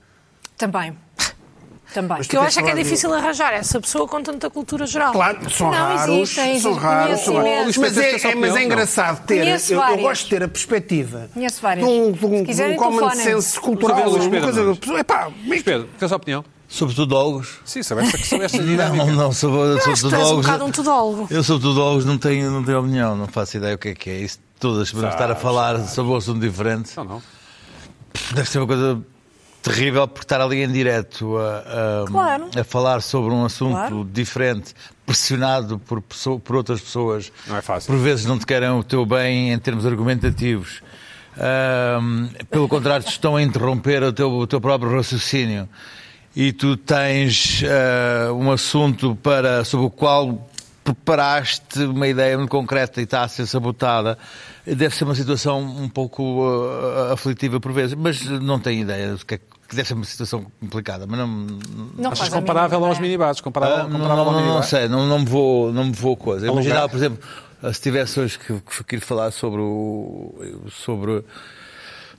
S3: Também. Também.
S2: Mas
S4: que eu
S2: queres
S4: acho é que é
S2: falar de-
S4: difícil arranjar essa pessoa com tanta cultura geral.
S2: Claro, são
S3: Não, é
S2: raros,
S3: existem,
S2: são
S3: existem
S2: raros, são
S3: imensos.
S2: raros.
S1: Oh,
S2: Mas
S1: Luís,
S2: é,
S1: tens essa
S2: é- mas é
S1: opinião?
S2: engraçado ter,
S3: Conheço
S2: eu, eu
S3: vários.
S2: gosto de ter a perspectiva
S3: Conheço vários.
S2: de um, de um-
S3: Se quiserem,
S2: de um common
S3: telefonem.
S2: sense cultural,
S1: Luís
S2: uma
S1: Pedro
S2: coisa,
S1: Nunes.
S2: é pá, mas
S1: Pedro, tens a opinião?
S5: Sobretudo Olgos.
S1: Sim, sabes que são estas
S5: Não,
S1: dinâmicas.
S5: não, sobre,
S4: Acho que tu
S5: sobretudo
S4: és um
S5: Olgos.
S4: bocado um todólogo.
S5: Eu sobre todólogos não tenho, não tenho opinião, não faço ideia o que é que é isso. Todas podemos estar a falar sobre um assunto diferente.
S1: Não, não.
S5: Deve ser uma coisa terrível porque estar ali em direto a, a-
S3: Claro.
S5: a falar sobre um assunto
S3: Claro.
S5: diferente, pressionado por, pesso- por outras pessoas.
S1: Não é fácil.
S5: Por vezes não te querem o teu bem em termos argumentativos. Ahm, pelo contrário, te estão a interromper o teu, o teu próprio raciocínio. E tu tens ah, um assunto para, sobre o qual preparaste uma ideia muito concreta e está a ser sabotada. Deve ser uma situação um pouco ah, aflitiva por vezes, mas não tenho ideia do que é que- que deve ser uma situação complicada, mas não,
S4: Não
S1: Achas
S4: faz a
S1: comparável
S4: mínima
S1: aos
S4: ideia.
S1: minibates? Comparável,
S5: ah, não,
S1: comparável
S5: não,
S1: ao
S5: não, não
S1: minibar?
S5: sei, não, não, me vou, não me vou coisa.
S1: Alongar.
S5: Imaginava, por exemplo, se tivesse hoje que, que querer falar sobre o, sobre,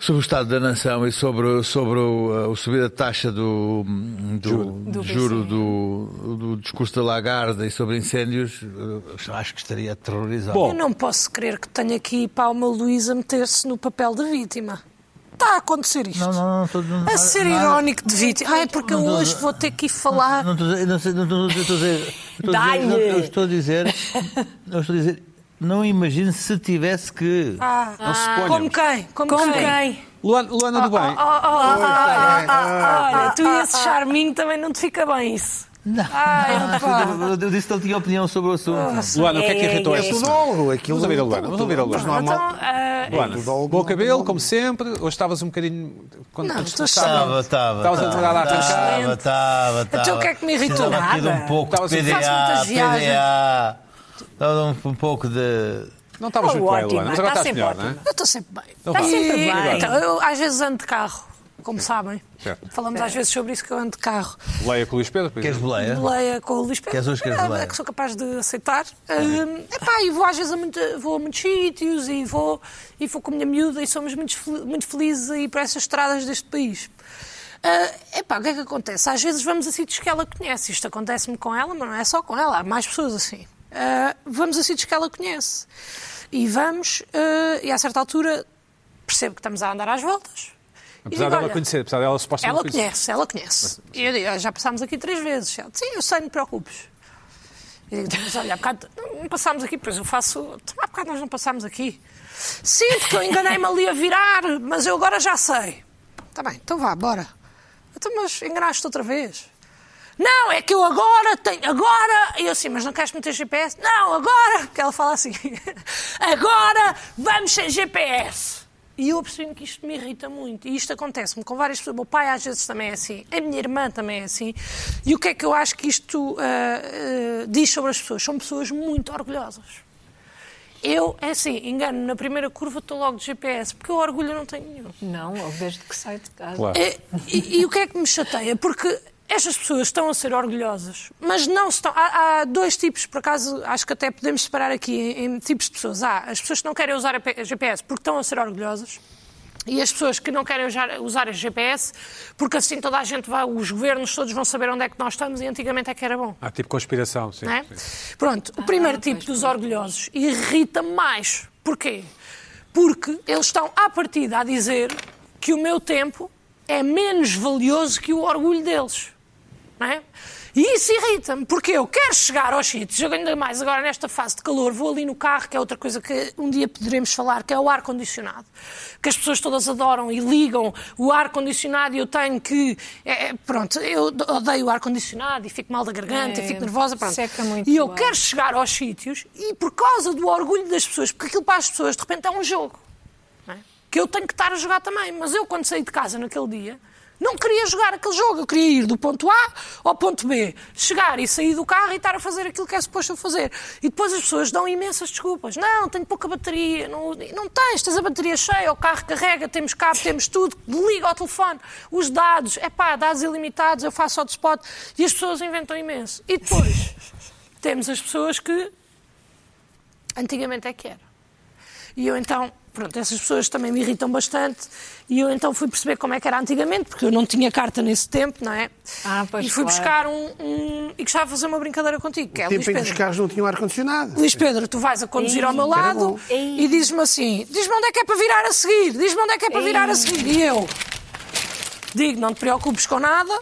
S5: sobre o Estado da Nação e sobre, sobre o, a subida da taxa do, do juro, do, do discurso da Lagarde e sobre incêndios, eh, acho que estaria aterrorizado.
S1: Bom,
S4: Eu não posso crer que tenha aqui para uma Luísa meter-se no papel de vítima. Está a acontecer isto.
S5: não, não, não, estou- não,
S4: A ser
S5: nada-
S4: irónico de vítima. Ai, porque eu hoje vou ter que ir falar.
S5: Não estou a dizer- não sei- não estou não estou a dizer. estou a dizer-
S4: Ah. Dá-lhe!
S5: não, Eu estou a dizer. Eu estou a dizer. Não imagino se tivesse que.
S4: Ah,
S1: Não se ponham.
S4: como quem? Como,
S3: Com
S4: quem?
S3: quem?
S1: Luana, Luana do Bem,
S4: Ah, ah, ah, ah, olha, tu e esse charminho também não te fica bem isso. Ah, então,
S5: Não. então,
S4: Ai, pá.
S5: Ah, Eu, eu disse que não tinha opinião sobre o assunto.
S1: Luana, o que é que
S3: É, é,
S1: irritou
S3: é,
S1: esta
S2: é.
S1: semana?
S2: Aquilo-
S1: Vamos ouvir a Luana, vamos ouvir a Luana.
S2: Normal.
S4: Então, ah,
S1: Luana,
S2: Tudólogo,
S1: bom cabelo, como sempre. Hoje estavas um bocadinho... Quando
S4: Não,
S1: quando
S4: estou
S1: começava-
S5: Estava, estava.
S1: Estavas a tentar arrancar.
S5: Estava, estava, estava.
S4: Então o que é que me irritou?
S5: Estava aqui de um
S4: Nada.
S5: pouco
S1: Estavas
S5: de
S1: a-
S4: Faço
S5: PDA,
S4: muitas viagens.
S5: PDA. Estava de um, um pouco de...
S1: Não estavas
S3: Oh,
S1: muito bem,
S3: ótima,
S1: Luana, mas agora
S3: está
S1: estás
S3: sempre
S1: melhor, não é?
S3: ótima.
S4: eu estou sempre bem.
S1: Então vá.
S4: E-
S3: sempre bem.
S4: então, eu às vezes ando de carro, como sabem.
S1: Certo. É.
S4: Falamos às vezes sobre isso que eu ando de carro.
S1: Leia com o Luís Pedro, por
S5: Queres
S1: exemplo.
S5: boleia?
S4: Leia com o Luís Pedro.
S5: Queres hoje, queres
S4: Ah,
S5: boleia?
S4: é que sou capaz de aceitar. Hum, epá, e vou às vezes a, muita- vou a muitos sítios e vou, e vou com a minha miúda e somos muito, fel- muito felizes aí para essas estradas deste país. Ah, epá, o que é que acontece? Às vezes vamos a sítios que ela conhece. Isto acontece-me com ela, mas não é só com ela. Há mais pessoas assim. Ah, vamos a sítios que ela conhece. E vamos, ah, e a certa altura percebo que estamos a andar às voltas. E
S1: Apesar
S4: digo,
S1: dela
S4: "Olha,
S1: conhecer, apesar dela supostamente
S4: ela
S1: conhecer.
S4: conhece, ela conhece. E eu digo, "Ah, já passámos aqui três vezes. Ela, Sim, eu sei, não te preocupes. Eu digo, mas olha, há bocado não não passámos aqui, pois eu faço. então, Há bocado nós não passámos aqui. Sim, porque eu enganei-me ali a virar, mas eu agora já sei. Está bem, então vá, bora. Então, mas enganaste outra vez. Não, é que eu agora tenho. Agora. E eu assim, mas não queres meter GPS? Não, agora. Porque ela fala assim. Agora vamos sem GPS. E eu percebi que isto me irrita muito. E isto acontece-me com várias pessoas. O meu pai às vezes também é assim. A minha irmã também é assim. E o que é que eu acho que isto ah, ah, diz sobre as pessoas? São pessoas muito orgulhosas. Eu, é assim, engano na primeira curva, estou logo de GPS, porque eu orgulho não tenho nenhum.
S3: Não, logo desde que sai de casa.
S1: Claro.
S4: E, e- e o que é que me chateia? Porque estas pessoas estão a ser orgulhosas, mas não se estão. Há, há dois tipos, por acaso, acho que até podemos separar aqui em, em tipos de pessoas. Há as pessoas que não querem usar a P- a GPS porque estão a ser orgulhosas. E as pessoas que não querem usar, usar a GPS, porque assim toda a gente vai, os governos todos vão saber onde é que nós estamos e antigamente é que era bom.
S1: Há tipo conspiração, sim.
S4: Não é?
S1: sim.
S4: Pronto, o primeiro tipo dos orgulhosos irrita-me mais. Porquê? Porque eles estão à partida a dizer que o meu tempo é menos valioso que o orgulho deles. Não é? E isso irrita-me, porque eu quero chegar aos sítios, eu ainda mais agora nesta fase de calor, vou ali no carro, que é outra coisa que um dia poderemos falar, que é o ar-condicionado, que as pessoas todas adoram e ligam o ar-condicionado e eu tenho que... é, é, pronto, eu odeio o ar-condicionado e fico mal da garganta,
S3: É,
S4: e fico nervosa, pronto.
S3: seca muito
S4: e eu
S3: o ar.
S4: quero chegar aos sítios e por causa do orgulho das pessoas, porque aquilo para as pessoas de repente é um jogo não é? que eu tenho que estar a jogar também. Mas eu, quando saí de casa naquele dia, não queria jogar aquele jogo. Eu queria ir do ponto A ao ponto B, chegar e sair do carro e estar a fazer aquilo que é suposto eu fazer. E depois as pessoas dão imensas desculpas. Não, tenho pouca bateria. Não, não tens, tens a bateria cheia, o carro carrega, temos cabo, temos tudo. Liga ao telefone. Os dados, é pá, dados ilimitados, eu faço hotspot. E as pessoas inventam imenso. E depois temos as pessoas que antigamente é que era. E eu então, pronto, essas pessoas também me irritam bastante. E eu então fui perceber como é que era antigamente, porque eu não tinha carta nesse tempo, não é?
S3: Ah, pois,
S4: e fui
S3: claro.
S4: buscar um, um- E gostava de fazer uma brincadeira contigo, que é Luís
S2: Tempo em que
S4: Pedro.
S2: os carros não tinham ar-condicionado.
S4: Luís Pedro, tu vais a conduzir ao meu lado
S3: Ei.
S4: e dizes-me assim: diz-me onde é que é para virar a seguir, diz-me onde é que é para virar a seguir. E eu digo: não te preocupes com nada,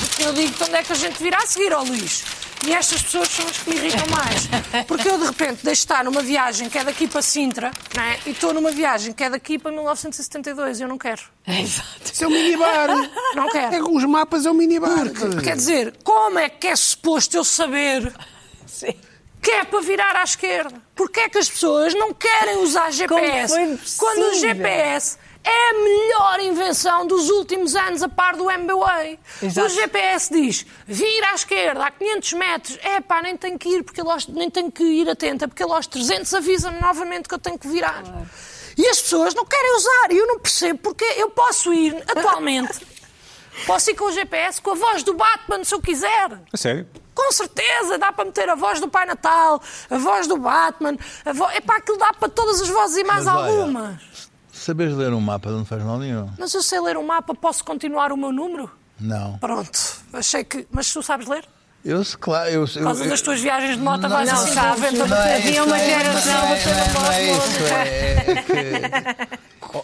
S4: porque eu digo-te onde é que a gente virá a seguir, ó Luís. E estas pessoas são as que me irritam mais. Porque eu, de repente, deixo de estar numa viagem que é daqui para Sintra não é? e estou numa viagem que é daqui para 1972. Eu não quero.
S3: Exato.
S2: Isso é um minibar.
S4: Não quero.
S2: É, os mapas é um minibar.
S4: Quer dizer, como é que é suposto eu saber
S3: Sim.
S4: que é para virar à esquerda? Porquê é que as pessoas não querem usar GPS
S3: foi impossível?
S4: quando o GPS é a melhor invenção dos últimos anos a par do MBWay?
S3: Exato.
S4: O GPS diz, vir à esquerda a 500 metros, é pá, nem tenho que ir, porque ele aos- nem tenho que ir atenta, porque ele aos 300 avisa-me novamente que eu tenho que virar. E as pessoas não querem usar, e eu não percebo porque eu posso ir atualmente. Posso ir com o GPS, com a voz do Batman, se eu quiser.
S1: A sério?
S4: Com certeza, dá para meter a voz do Pai Natal, a voz do Batman, a vo... Epá, aquilo dá para todas as vozes e mais
S5: Mas olha-
S4: alguma.
S5: Sabes ler um mapa não faz mal nenhum?
S4: Mas eu sei ler um mapa, posso continuar o meu número?
S5: Não.
S4: Pronto, achei que... Mas tu sabes ler?
S5: Eu, se- claro, eu...
S4: Por causa das tuas viagens de moto, vais
S3: não
S4: assim
S3: sabes.
S4: com o vento.
S3: Não é Havia uma geração,
S5: é,
S3: você não pode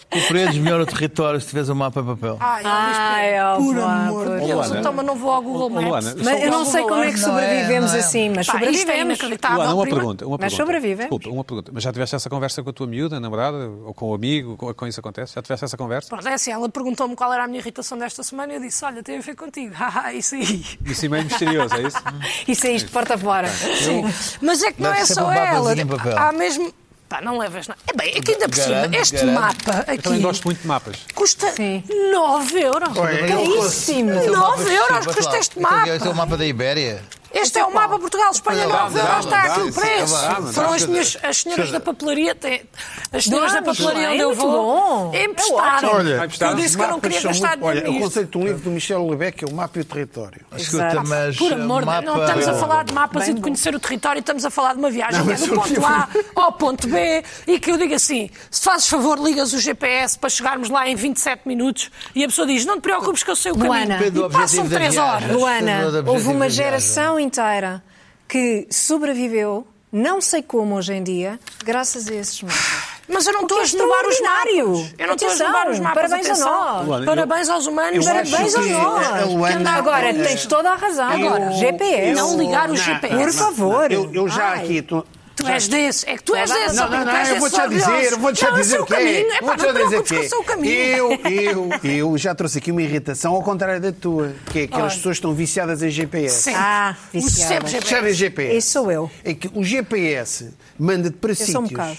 S5: Compreendes melhor o território se tiveres um mapa em papel.
S4: Ai,
S3: Ah, é óbvio.
S2: Por amor de
S1: Ó,
S4: eu
S1: Luana,
S4: então, mas não vou ao Google
S1: ó, Luana,
S4: Maps.
S1: só-
S3: Mas eu não sei como é que
S5: Não é, não é.
S3: sobrevivemos assim, mas
S4: Pá, isto é
S3: sobrevivemos.
S4: inacreditável.
S1: Luana, uma
S4: prima.
S1: pergunta, uma
S3: Mas
S1: pergunta.
S3: sobrevive.
S1: Desculpa, uma pergunta. Mas já tiveste essa conversa com a tua miúda, namorada, ou com o amigo, com, com isso acontece? Já tiveste essa conversa?
S4: Pronto, é assim, ela perguntou-me qual era a minha irritação desta semana e eu disse, olha, tem a ver contigo. Haha, isso aí.
S1: Isso é meio misterioso, é isso? Tá.
S3: E saíste de porta fora.
S4: Sim, mas é que não
S5: Deve
S4: é
S5: ser
S4: só
S5: um
S4: ela.
S1: assim
S5: mapazinho em papel.
S4: Há mesmo. Pá, não levas nada. É bem, aqui ainda por cima,
S5: Garanto,
S4: este
S5: garanto.
S4: mapa
S1: Eu também
S4: aqui
S1: gosto muito de mapas.
S4: custa
S3: Sim.
S4: 9 euros.
S2: é
S3: Caríssimo.
S5: Aquele um mapa
S4: Nove euros
S5: desculpa,
S4: custa
S5: claro.
S4: este
S5: Então,
S4: mapa.
S5: Este é o mapa da Ibéria.
S4: Este é o mapa Portugal-Espanha,
S5: Dá,
S4: 9
S5: dá,
S4: euros, está
S5: dá,
S4: aqui o
S5: isso, dá, dá,
S4: preço. Foram
S5: dá.
S4: as, minhas, as senhoras da papelaria, têm- as senhoras
S3: Dá,
S4: da papelaria
S3: é
S4: onde eu
S3: muito
S4: vou,
S3: bom.
S4: emprestaram.
S2: É ótimo.
S1: Vai prestar?
S4: eu disse que eu não queria gastar
S2: Olha,
S4: dinheiro
S2: eu
S4: nisto.
S2: conceito de um livro do Michel Lebec, é o mapa e o território.
S5: Escuta, mas
S4: Por amor
S5: o
S4: de Deus,
S5: mapa... é
S4: não estamos a falar de mapas e de conhecer o território, estamos a falar de uma viagem
S2: Não,
S4: que é
S2: mas eu
S4: do ponto
S2: tive-
S4: A ao ponto B e que eu digo assim: se fazes favor, ligas o GPS para chegarmos lá em 27 minutos e a pessoa diz: não te preocupes que eu sei o caminho.
S3: Luana.
S5: Depende do
S4: E passam
S5: objetivo da
S4: 3
S5: viagem.
S4: horas.
S3: Luana,
S5: Objetivo
S3: houve uma
S5: da viagem.
S3: geração inteira que sobreviveu, não sei como hoje em dia, graças a esses mapas.
S4: Mas eu não
S3: Porque
S4: estou
S3: é
S4: a esnobar os
S3: extraordinário.
S4: mapas. Eu não estou a
S3: Atenção,
S4: esnobar os mapas.
S3: parabéns a
S4: atenção.
S3: nós.
S1: Luana, eu-
S4: Parabéns aos humanos.
S2: eu acho
S3: Parabéns
S2: que
S3: a
S2: a
S3: nós.
S2: Luana-
S3: que andar é Agora, tens toda a razão. Agora,
S2: Eu-
S3: GPS.
S4: Não ligar o
S2: Não,
S4: GPS.
S2: não,
S3: Por
S2: não,
S3: favor.
S2: não. Eu, eu já
S3: Ai.
S2: aqui estou.
S4: Tu és desse, é que tu és
S3: Não,
S4: desse.
S2: Não, não,
S4: Alberto,
S2: não,
S4: tu és
S2: eu
S4: desse
S2: vou-te já
S4: orgulhoso.
S2: dizer, eu vou-te já
S4: Não, eu
S2: dizer
S4: sei
S2: o
S4: o
S2: que é.
S4: caminho. É pá,
S2: Vou-te já
S4: não
S2: dizer
S4: te
S2: o
S4: preocupes
S2: que
S4: que eu sei o caminho.
S2: é. Eu, eu, eu já trouxe aqui uma irritação ao contrário da tua, que é aquelas
S4: Olha.
S2: pessoas que estão viciadas em GPS.
S4: Sempre.
S3: Ah,
S4: O
S3: viciada.
S4: sempre
S2: Chave
S4: GPS.
S2: é GPS.
S3: Esse sou eu.
S2: É que o GPS manda-te para
S3: sou um
S2: sítios.
S3: bocado.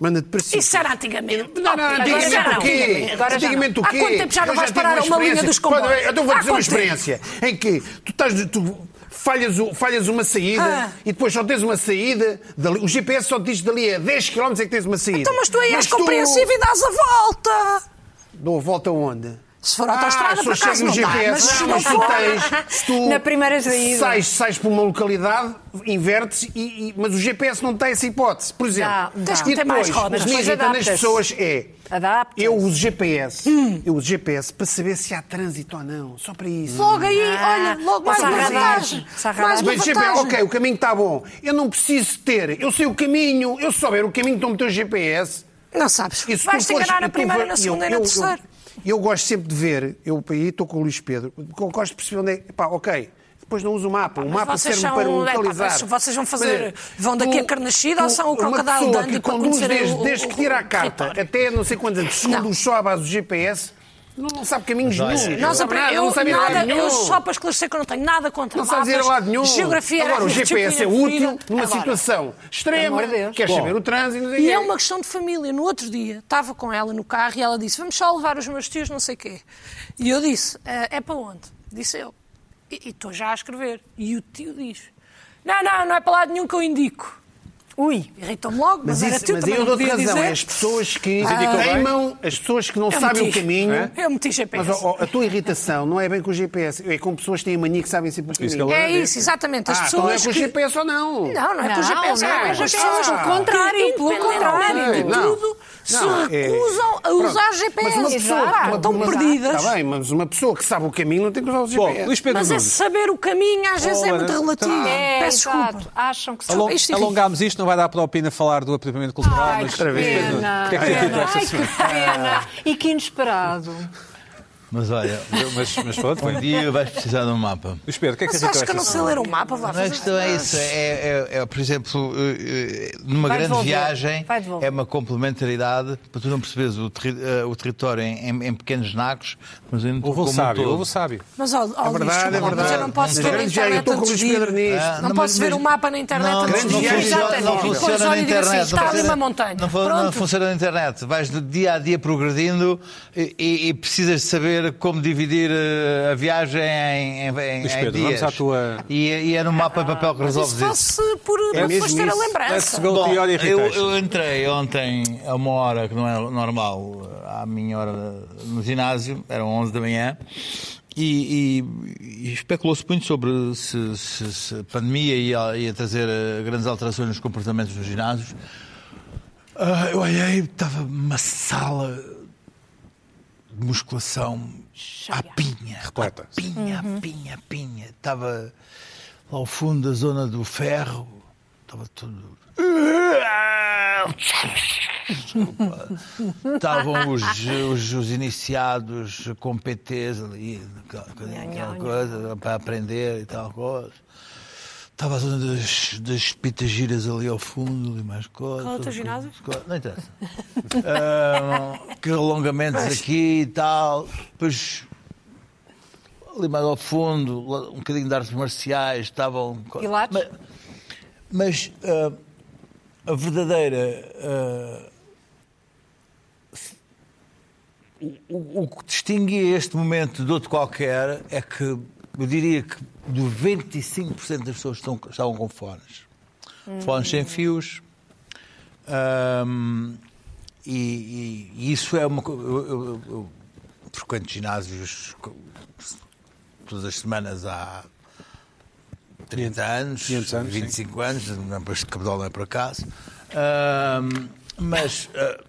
S2: Manda-te para sítios.
S4: Isso é era antigamente.
S2: Não, não, antigamente
S4: Agora já
S2: o quê?
S4: não. Agora já
S2: Antigamente
S4: não.
S2: o quê?
S4: Há quanto tempo já não
S2: Eu
S4: vais
S2: tive
S4: parar a uma linha
S2: experiência.
S4: dos comboios?
S2: Quando- Então vou
S4: Há
S2: dizer uma
S4: quanto tempo?
S2: experiência em que tu estás. Tu falhas, o- falhas uma saída
S4: Ah.
S2: e depois só tens uma saída. dali- o GPS só te diz dali a 10 km é que tens uma saída.
S4: Então, mas tu aí és compreensivo e dás a volta.
S2: Dou a volta onde?
S4: Se for
S2: Ah,
S4: autoestrada,
S2: se
S4: por
S2: chega
S4: acaso
S2: no
S4: não dá, mas
S2: GPS, não,
S4: se não
S2: mas tu
S4: for-
S2: tens. se tu
S3: Na primeira saída.
S2: Sais, sais para uma localidade, invertes, e, e- mas o GPS não tem essa hipótese. Por exemplo,
S3: Dá, dá.
S2: e
S4: Tem mais
S2: depois,
S4: rotas,
S2: o que me
S3: mas
S2: irrita nas
S3: adapta-se.
S2: pessoas é.
S3: Adapta-se.
S2: Eu uso GPS.
S4: Hum.
S2: Eu uso GPS para saber se há trânsito ou não. Só para isso.
S4: Logo aí,
S3: Ah,
S4: olha, logo mais
S3: passa
S4: uma
S3: a radar,
S4: vantagem.
S3: passa a
S4: Mais
S3: radar.
S4: uma
S2: Mas GPS,
S4: vantagem.
S2: ok, o caminho está bom. Eu não preciso ter. Eu sei o caminho. Eu se souber o caminho que estou teu GPS.
S4: Não sabes.
S2: E se
S4: Vais
S2: tu
S4: te
S2: fores-
S4: enganar na
S2: tu
S4: primeira,
S2: ver-
S4: na
S2: eu-
S4: segunda e na
S2: eu- eu-
S4: terceira.
S2: Eu, gosto sempre de ver, eu aí estou com o Luís Pedro, eu gosto de perceber onde é. Pá, ok, Depois não usa o mapa. O
S4: Mas
S2: mapa
S4: vocês
S2: serve
S4: são-
S2: para
S4: é pá,
S2: localizar.
S4: mas vocês vão fazer-
S2: Quer dizer,
S4: vão daqui a
S2: tu-
S4: Carnachide
S2: tu-
S4: ou são o
S2: Uma
S4: Crocodile
S2: pessoa
S4: Dundee
S2: que
S4: um para
S2: conduz
S4: conhecer
S2: desde,
S4: o-
S2: desde que
S4: o-
S2: tira a
S4: o
S2: carta
S4: território?
S2: até não sei quantos anos, segundo
S4: Não.
S2: os só à base do GPS, não, não sabe caminhos
S5: olha,
S2: nenhum.
S4: Nós
S2: sabe nada,
S4: aprendemos. Eu,
S2: sabe
S4: nada-
S2: nada nenhum.
S4: eu só para esclarecer que eu não tenho nada contra
S2: Não sabes ir a
S4: mapas,
S2: lado nenhum.
S4: Geografia era
S2: Agora, o
S4: a minha
S2: GPS é
S4: disciplina
S2: útil
S4: preferida.
S2: numa
S4: Agora,
S2: situação extrema.
S4: amor de Deus.
S2: Quer saber o trânsito. não sei
S4: E
S2: quê.
S4: é uma questão de família. No outro dia, estava com ela no carro e ela disse: Vamos só levar os meus tios, não sei quê. E eu disse: "Ah, É para onde? Disse eu. E e estou já a escrever. E o tio diz: Não, não, não é para lado nenhum que eu indico. Ui, irritou-me logo, mas,
S2: Mas,
S4: era
S2: isso,
S4: teu
S2: mas
S4: também.
S2: eu
S4: não
S2: dou-te
S4: podia
S2: razão.
S4: dizer.
S2: É as pessoas que
S1: indicam bem?
S2: teimam, as pessoas que não
S4: Eu
S2: sabem o
S4: meti.
S2: caminho.
S4: Eu meti GPS.
S2: Mas ó, ó, a tua irritação não é bem com o GPS, é com pessoas que têm a mania que sabem sempre o
S1: isso
S2: caminho.
S1: que
S4: É isso, exatamente. As
S2: ah, então
S4: pessoas
S2: é com o
S4: que-
S2: GPS ou não? Tá
S4: Não, não é com o
S3: Não, não,
S4: GPS, é com
S3: é
S4: o
S3: com o
S4: GPS.
S2: GPS.
S4: Pelo contrário, pelo contrário. De
S2: Não.
S4: tudo, se
S2: Não, é-
S4: recusam a usar o GPS.
S2: Mas uma pessoa,
S4: Pá,
S2: uma-
S4: estão
S2: uma-
S4: perdidas.
S2: Está bem, mas uma pessoa que sabe o caminho não tem que usar o
S1: Bom,
S2: GPS.
S1: Luís Pedro
S4: Mas é
S1: Nunes.
S4: esse saber o caminho às vezes
S1: Oh,
S4: é
S1: Ana,
S4: muito
S1: tá.
S4: relativo.
S3: É,
S4: Peço
S3: exato.
S4: desculpa.
S3: Acham que são...
S1: Along,
S4: isto irrita.
S1: alongámos isto, não vai dar para o Pina falar do apuramento cultural,
S3: Ai,
S1: mas
S3: que pena.
S1: Porque é que te irritou esta
S3: Ai, que
S1: semana?
S3: pena. E que inesperado.
S5: Mas olha,
S1: Mas, mas pronto,
S5: um
S1: bem.
S5: dia vais precisar de um mapa.
S1: Luís Pedro, o que é que
S4: Mas
S1: te irritou
S4: acho que eu não
S1: esta
S4: sei
S1: semana?
S4: ler o mapa, vá.
S5: Não, a questão é isso. É, é- é, por exemplo, eh, eh, numa
S3: Vai
S5: grande
S3: devolver,
S5: viagem,
S3: vai devolver.
S5: é uma complementaridade para tu não perceberes o, terri- eh, o território em, em- em pequenos nacos, mas ainda
S1: Ouve
S5: como
S1: o
S5: um
S1: sábio,
S5: todo.
S1: ouve o sábio.
S4: Mas ó, ó,
S2: É
S4: Luís,
S2: verdade, é
S4: desculpa, mas
S2: verdade.
S4: eu não posso
S2: Mas
S4: ver a
S2: grande já, eu
S4: internet
S2: estou com o
S4: antes
S2: Luís
S4: de ir.
S2: Pedro nisto.
S5: Ah,
S4: Não posso ver o mapa na internet
S5: Não,
S4: antes
S5: não,
S4: de ir.
S2: viagem,
S5: funciona,
S2: exatamente.
S5: não
S4: E depois
S5: funciona na
S4: olho e digo assim,
S5: internet.
S4: Está ali uma
S5: funciona-
S4: montanha.
S5: Não, fu- não
S4: Pronto.
S5: funciona na internet. Vais de dia a dia progredindo e, e- e precisas de saber como dividir eh, a viagem em, em, em,
S1: Luís
S5: em
S1: Pedro,
S5: dias.
S1: vamos à tua-
S5: E, e é no mapa em papel que
S4: Mas
S5: resolves
S4: isso faz-se por
S3: É
S4: depois
S1: É mesmo
S4: ter a
S1: isso. Let's
S4: lembrança.
S1: go.
S5: Bom,
S1: pior
S5: eu,
S1: irritation.
S5: eu entrei ontem a uma hora que não é normal, à minha hora no ginásio, eram 11 da manhã, e, e- e especulou-se muito sobre se, se- se a pandemia ia, ia trazer eh, grandes alterações nos comportamentos dos ginásios. Ah, eu olhei, estava uma sala de musculação à pinha.
S1: Repleta.
S5: À pinha, à pinha, à pinha. Estava lá ao fundo da zona do ferro. Estava tudo. Desculpa. Estavam os, os, os iniciados com PTs ali, aquela, aquela coisa, para aprender e tal coisa. Estava a zona das, das pitas giras ali ao fundo, ali mais coisas.
S4: Qual é o teu ginásio?
S5: Não interessa. Ah, que alongamentos aqui e tal. Depois, ali mais ao fundo, lá um bocadinho de artes marciais, estavam.
S3: Pilates?
S5: Mas, mas, ah, a verdadeira. ah, o, o que distingue este momento de outro qualquer é que eu diria que 95% das pessoas estão, estavam com fones. Fones sem fios. Ahm, e, e- e isso é uma coisa. Eu, eu- eu frequento ginásios co- todas as semanas há 30 anos,
S1: 500 anos, sim.
S5: 25 anos, não, este cabedal não é por acaso. Ahm, mas. ah,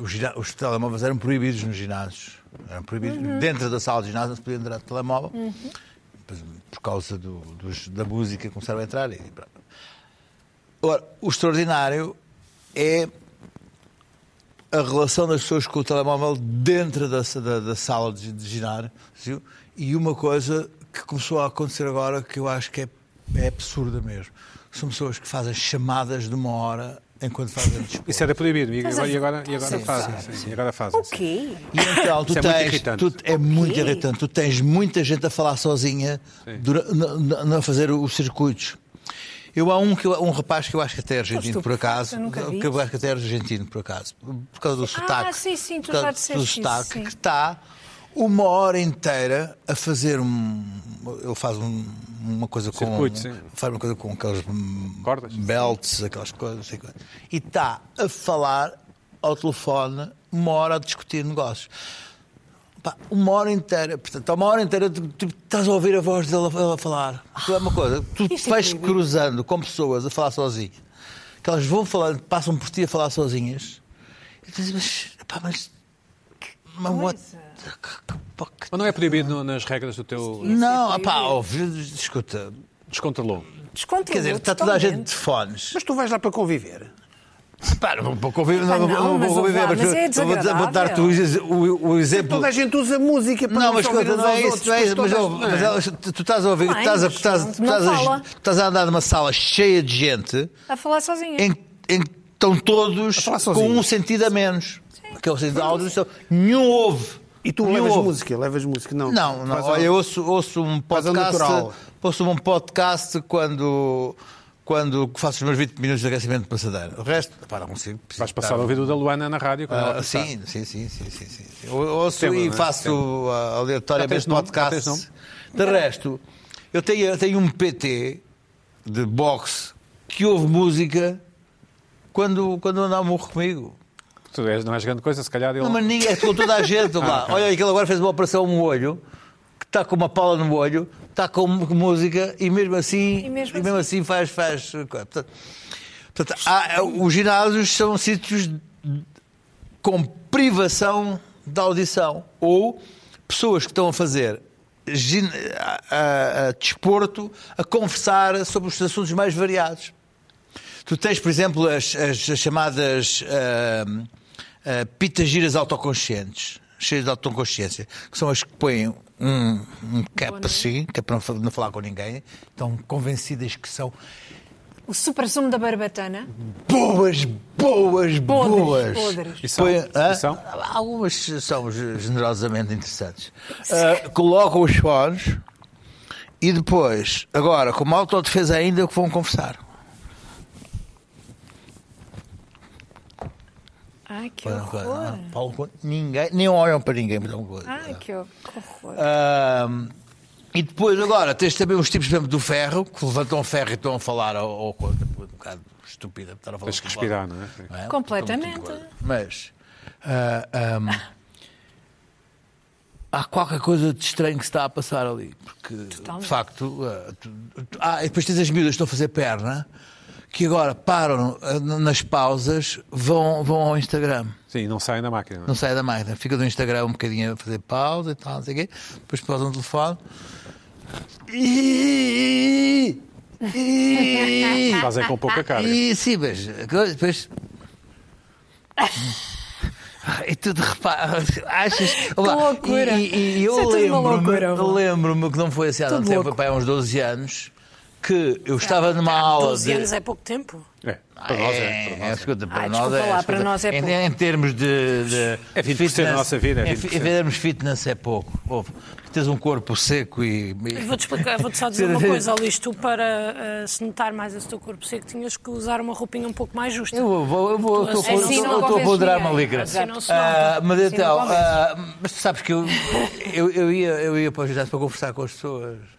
S5: os, gina- os telemóveis eram proibidos nos ginásios. Eram proibidos. Dentro da sala de ginásio não se podia entrar de telemóvel. Pois, Por causa do- dos- da música começaram a entrar. E, pronto. Agora, o extraordinário é a relação das pessoas com o telemóvel dentro da, sa- da- da sala de, de ginásio e uma coisa que começou a acontecer agora que eu acho que é, é absurda mesmo. São pessoas que fazem chamadas de uma hora enquanto fazem desporto.
S1: Isso é era proibido. E agora, e agora, e agora
S3: Sim,
S1: fazem. sim, e agora fazem.
S3: O quê?
S5: E então, tu
S1: Isso é
S5: tens,
S1: muito irritante.
S5: tu- é muito irritante. Tu tens muita gente a falar sozinha dura- na- na- na- a fazer os circuitos. Eu há um, que eu- um rapaz que eu acho que até é argentino,
S3: Estou
S5: por acaso.
S3: estupefacta, nunca vi Ah,
S5: Que eu acho que até é argentino, por acaso. Por causa do sotaque.
S3: sim, sim, tu
S5: por
S3: já
S5: causa
S3: disseste
S5: do
S3: isso,
S5: sotaque,
S3: sim.
S5: que está uma hora inteira a fazer um. Ele faz um- uma coisa com.
S1: Circuito, sim.
S5: Faz uma coisa com aquelas. hum,
S1: Cordas.
S5: belts, aquelas coisas, não sei quanto. E está a falar ao telefone uma hora a discutir negócios. Pá, uma hora inteira, portanto, há uma hora inteira tu, tu estás a ouvir a voz dela ela falar. Tu é uma coisa, tu te vais cruzando com pessoas a falar sozinha, que elas vão falando, passam por ti a falar sozinhas, e tu dizes, mas, pá, mas, que- mas what, que- que- que-
S1: Mas não é proibido no- nas regras do teu.
S5: não, pá, óbvio, escuta,
S1: Descontrolou. tá
S5: quer dizer, está toda a gente de fones.
S2: Mas tu vais lá para conviver.
S5: Pá, não vou conviver, não,
S3: Ah,
S5: não,
S3: não,
S5: não
S3: mas
S5: vou
S3: ouve
S5: conviver,
S3: lá,
S5: mas,
S3: mas é
S5: eu vou dar- vou dar-te o, exe- o- o exemplo.
S2: Toda a gente usa música para
S5: Não, mas
S2: nos ouvir
S5: escuta,
S2: uns
S5: não é
S2: aos
S5: isso,
S2: outros,
S5: não é isso. Mas,
S2: todas-
S5: eu-
S2: não é?
S5: mas elas- tu tu estás a ouvir, tu
S3: Bem,
S5: estás a, tu
S3: mas
S5: estás,
S3: não-
S5: tu
S3: não
S5: estás a,
S3: fala.
S5: tu estás a andar numa sala cheia de gente
S3: A falar sozinha.
S5: em, em que estão todos
S2: falar
S5: com
S2: sozinho.
S5: um sentido a menos. Aquele sentido de áudio, só- nenhum ouve.
S2: E tu
S5: Nenhum
S2: levas
S5: ouve.
S2: música, levas música, não.
S5: Não, não.
S2: Faz a-
S5: Olha, eu ouço, ouço um
S2: Faz ao
S5: podcast.
S2: natural.
S5: Ouço um podcast quando, quando faço os meus 20 minutos de aquecimento de passadeira. O resto, pá, não consigo.
S1: Vais passar a ouvir o da Luana na rádio. quando ela
S5: Ah,
S1: passar.
S5: sim, sim, sim, sim, sim, sim. Eu ouço
S1: Tema,
S5: e
S1: não é?
S5: faço ah,
S1: Já
S5: aleatoriamente
S1: tens nome? Já tens
S5: podcasts. De resto, eu tenho, eu tenho um PT de boxe que ouve música quando, quando anda a morro comigo.
S1: Tu és, não és grande coisa, se calhar ele...
S5: Não, mas ninguém, é com toda a gente lá. Olha, aquele agora fez uma operação no olho, que está com uma pala no olho, está com mu- música e mesmo assim,
S3: E mesmo
S5: assim. faz. faz coisa. portanto, portanto, há- é, os ginásios são sítios de- com privação da audição ou pessoas que estão a fazer. gin- a- a- a desporto a conversar sobre os assuntos mais variados. Tu tens, por exemplo, as, as- as chamadas ahm, ah, pitas giras autoconscientes, cheias de autoconsciência, que são as que põem um, um cap assim, que é para não, fa- não falar com ninguém, estão convencidas que são
S3: O super sumo da barbatana.
S5: boas, boas, boas.
S3: Podres, podres.
S1: E são?
S5: Põem- hã?
S1: E são?
S5: Algumas são ge- generosamente interessantes. Ah, colocam os fones e depois, agora, com uma autodefesa ainda, é o que vão conversar.
S3: Ai, que
S5: Falam com-
S3: horror.
S5: ah, falam com ninguém, nem olham para ninguém. mas falam com-
S3: Ai, que horror.
S5: Ah, e depois, agora, tens também uns tipos, por exemplo, do ferro, que levantam o ferro e estão a falar ao, ao coisa, um bocado estúpida. estar a falar
S1: Tens que
S5: com o
S1: respirar,
S5: Paulo.
S1: não é?
S5: Não é?
S3: Completamente.
S5: Mas ah, ah, há qualquer coisa de estranho que se está a passar ali. Porque, de facto, ah, tu- tu- ah, e depois tens as miúdas que estão a fazer perna, que agora param ah, nas pausas, vão, vão ao Instagram.
S1: Sim, não saem da máquina. não é?
S5: Não sai da máquina. Fica do Instagram um bocadinho a fazer pausa e tal, não sei o quê. Depois pausa no telefone. E... E...
S1: Fazem Tá com pouca carga.
S5: E sim, mas agora depois. E tu de repara, achas. Olá,
S3: loucura.
S5: E, e- e eu
S3: Isso é tudo uma
S5: lembro-me
S3: loucura, vá.
S5: lembro que não foi assim há tanto
S3: Tudo
S5: tempo,
S3: louco. Tá,
S5: pai, há uns 12 anos, que eu estava numa aula
S4: 12
S5: de.
S4: anos é pouco tempo.
S1: É, para nós é. para
S5: É,
S1: nós é.
S5: escuta, para
S3: Ai, Ah,
S5: nós
S3: desculpa
S5: é,
S3: lá,
S5: escuta,
S3: para nós é
S5: em,
S3: pouco.
S5: em termos de, de
S1: É 20% da nossa vida, é
S5: em- Em,
S1: 20%.
S5: termos de fitness é pouco. Ouve, tens um corpo seco e. e-
S4: Eu Vou-te explicar, vou-te só dizer uma coisa, Alice, tu para ah, se notar mais esse teu corpo seco tinhas que usar uma roupinha um pouco mais justa.
S5: Eu vou, vou- eu vou, eu estou a-
S4: Assim
S5: eu estou-
S4: não
S5: eu estou a
S3: convence
S5: ponderar uma
S3: ninguém.
S5: ligra.
S4: Assim não se
S5: Ah,
S4: nota.
S5: mas
S3: Assim não
S5: então,
S3: convence.
S5: ah, mas tu sabes que eu, eu, eu ia, eu ia para o ginásio para conversar com as pessoas. é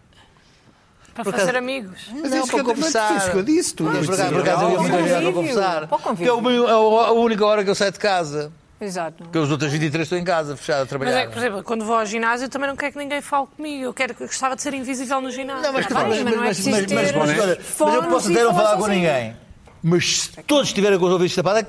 S4: Para
S5: Por
S4: fazer
S5: acaso- Hum.
S4: amigos.
S2: Mas
S5: não,
S2: isso
S1: é
S5: para
S2: que eu- mas
S5: conversar.
S2: isso que eu disse, tu
S5: Não,
S2: ias
S5: por acaso-
S2: dizer,
S5: por acaso eu ia
S2: não,
S5: para o ginásio para
S3: convívio,
S5: conversar.
S3: para o
S5: Que é o meu- a a única hora que eu saio de casa.
S3: Exato.
S5: Porque os outros 23 estou em casa, fechado a trabalhar.
S4: Mas é que, por exemplo, quando vou ao ginásio, eu também não quero que ninguém fale comigo. Eu, quero, eu gostava de ser invisível no ginásio.
S5: Não, mas,
S4: Tá
S5: tu- mas,
S4: bem,
S5: mas,
S3: mas não é
S5: mas,
S3: preciso
S5: mas,
S3: ter
S5: mas, mas, olha, mas eu
S3: fones assim.
S5: posso
S3: e
S5: até não
S3: falar
S5: falar com
S3: sozinho.
S5: ninguém. Mas se todos estiverem com os ouvidos tapados,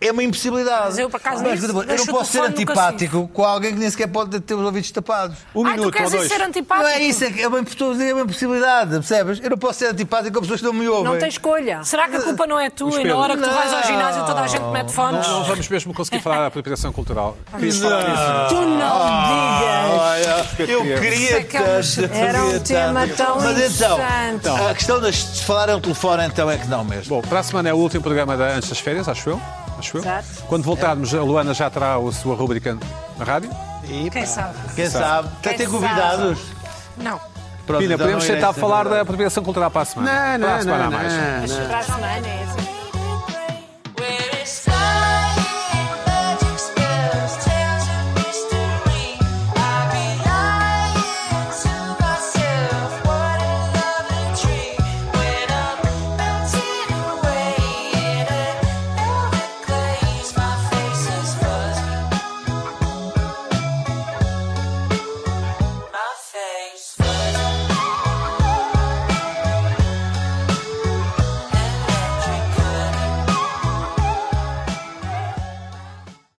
S5: é uma impossibilidade.
S4: Mas eu, por acaso,
S5: mas,
S4: nisso,
S5: eu não
S4: deixo o
S5: posso ser
S4: telefone no
S5: antipático com alguém que nem sequer pode ter os ouvidos tapados.
S1: Um
S4: Ah, tu
S1: minuto ou
S4: queres ir
S1: dois.
S4: ser antipático?
S5: Não é isso, é que é uma, estou a dizer, é uma impossibilidade, percebes? Eu não posso ser antipático com pessoas que não me ouvem.
S3: Não tem escolha.
S4: Será que a culpa não é tua e
S1: Espera.
S4: na hora que tu vais ao
S5: Não.
S4: ginásio toda a gente mete fones?
S1: Não Então vamos mesmo conseguir falar da apropriação cultural. Queria
S3: é
S1: falar disso.
S3: Tu
S1: Ah.
S3: não digas.
S5: Olha, eu
S3: um Isso é
S5: queria
S3: que é uma-
S5: tanto,
S3: era um
S5: queria
S3: tema
S5: tanto.
S3: tão
S5: Mas então,
S3: interessante.
S5: a questão das- de falar ao telefone, então é que não mesmo.
S1: Bom, para a semana é o último programa da, antes das férias, acho eu. Acho eu.
S3: Exato.
S1: Quando voltarmos, a Luana já terá a sua rubrica na rádio.
S3: Quem sabe?
S5: Quem sabe? Até
S3: Quem
S5: tem
S3: sabe?
S5: convidados.
S4: Não.
S5: Pronto,
S1: Pina,
S5: então
S1: podemos
S5: não irei
S1: tentar
S5: saber
S1: falar
S5: nada.
S1: da apropriação cultural para a semana.
S2: Não,
S1: para a
S2: não,
S1: semana
S2: não,
S1: a mais.
S2: não, não.
S3: Para a semana é assim.
S7: Where it's flying, magic spells, tales of mystery. I be lying to myself. What a lovely dream when I'm melting away in an velvet glaze. My face is fuzzy. My face.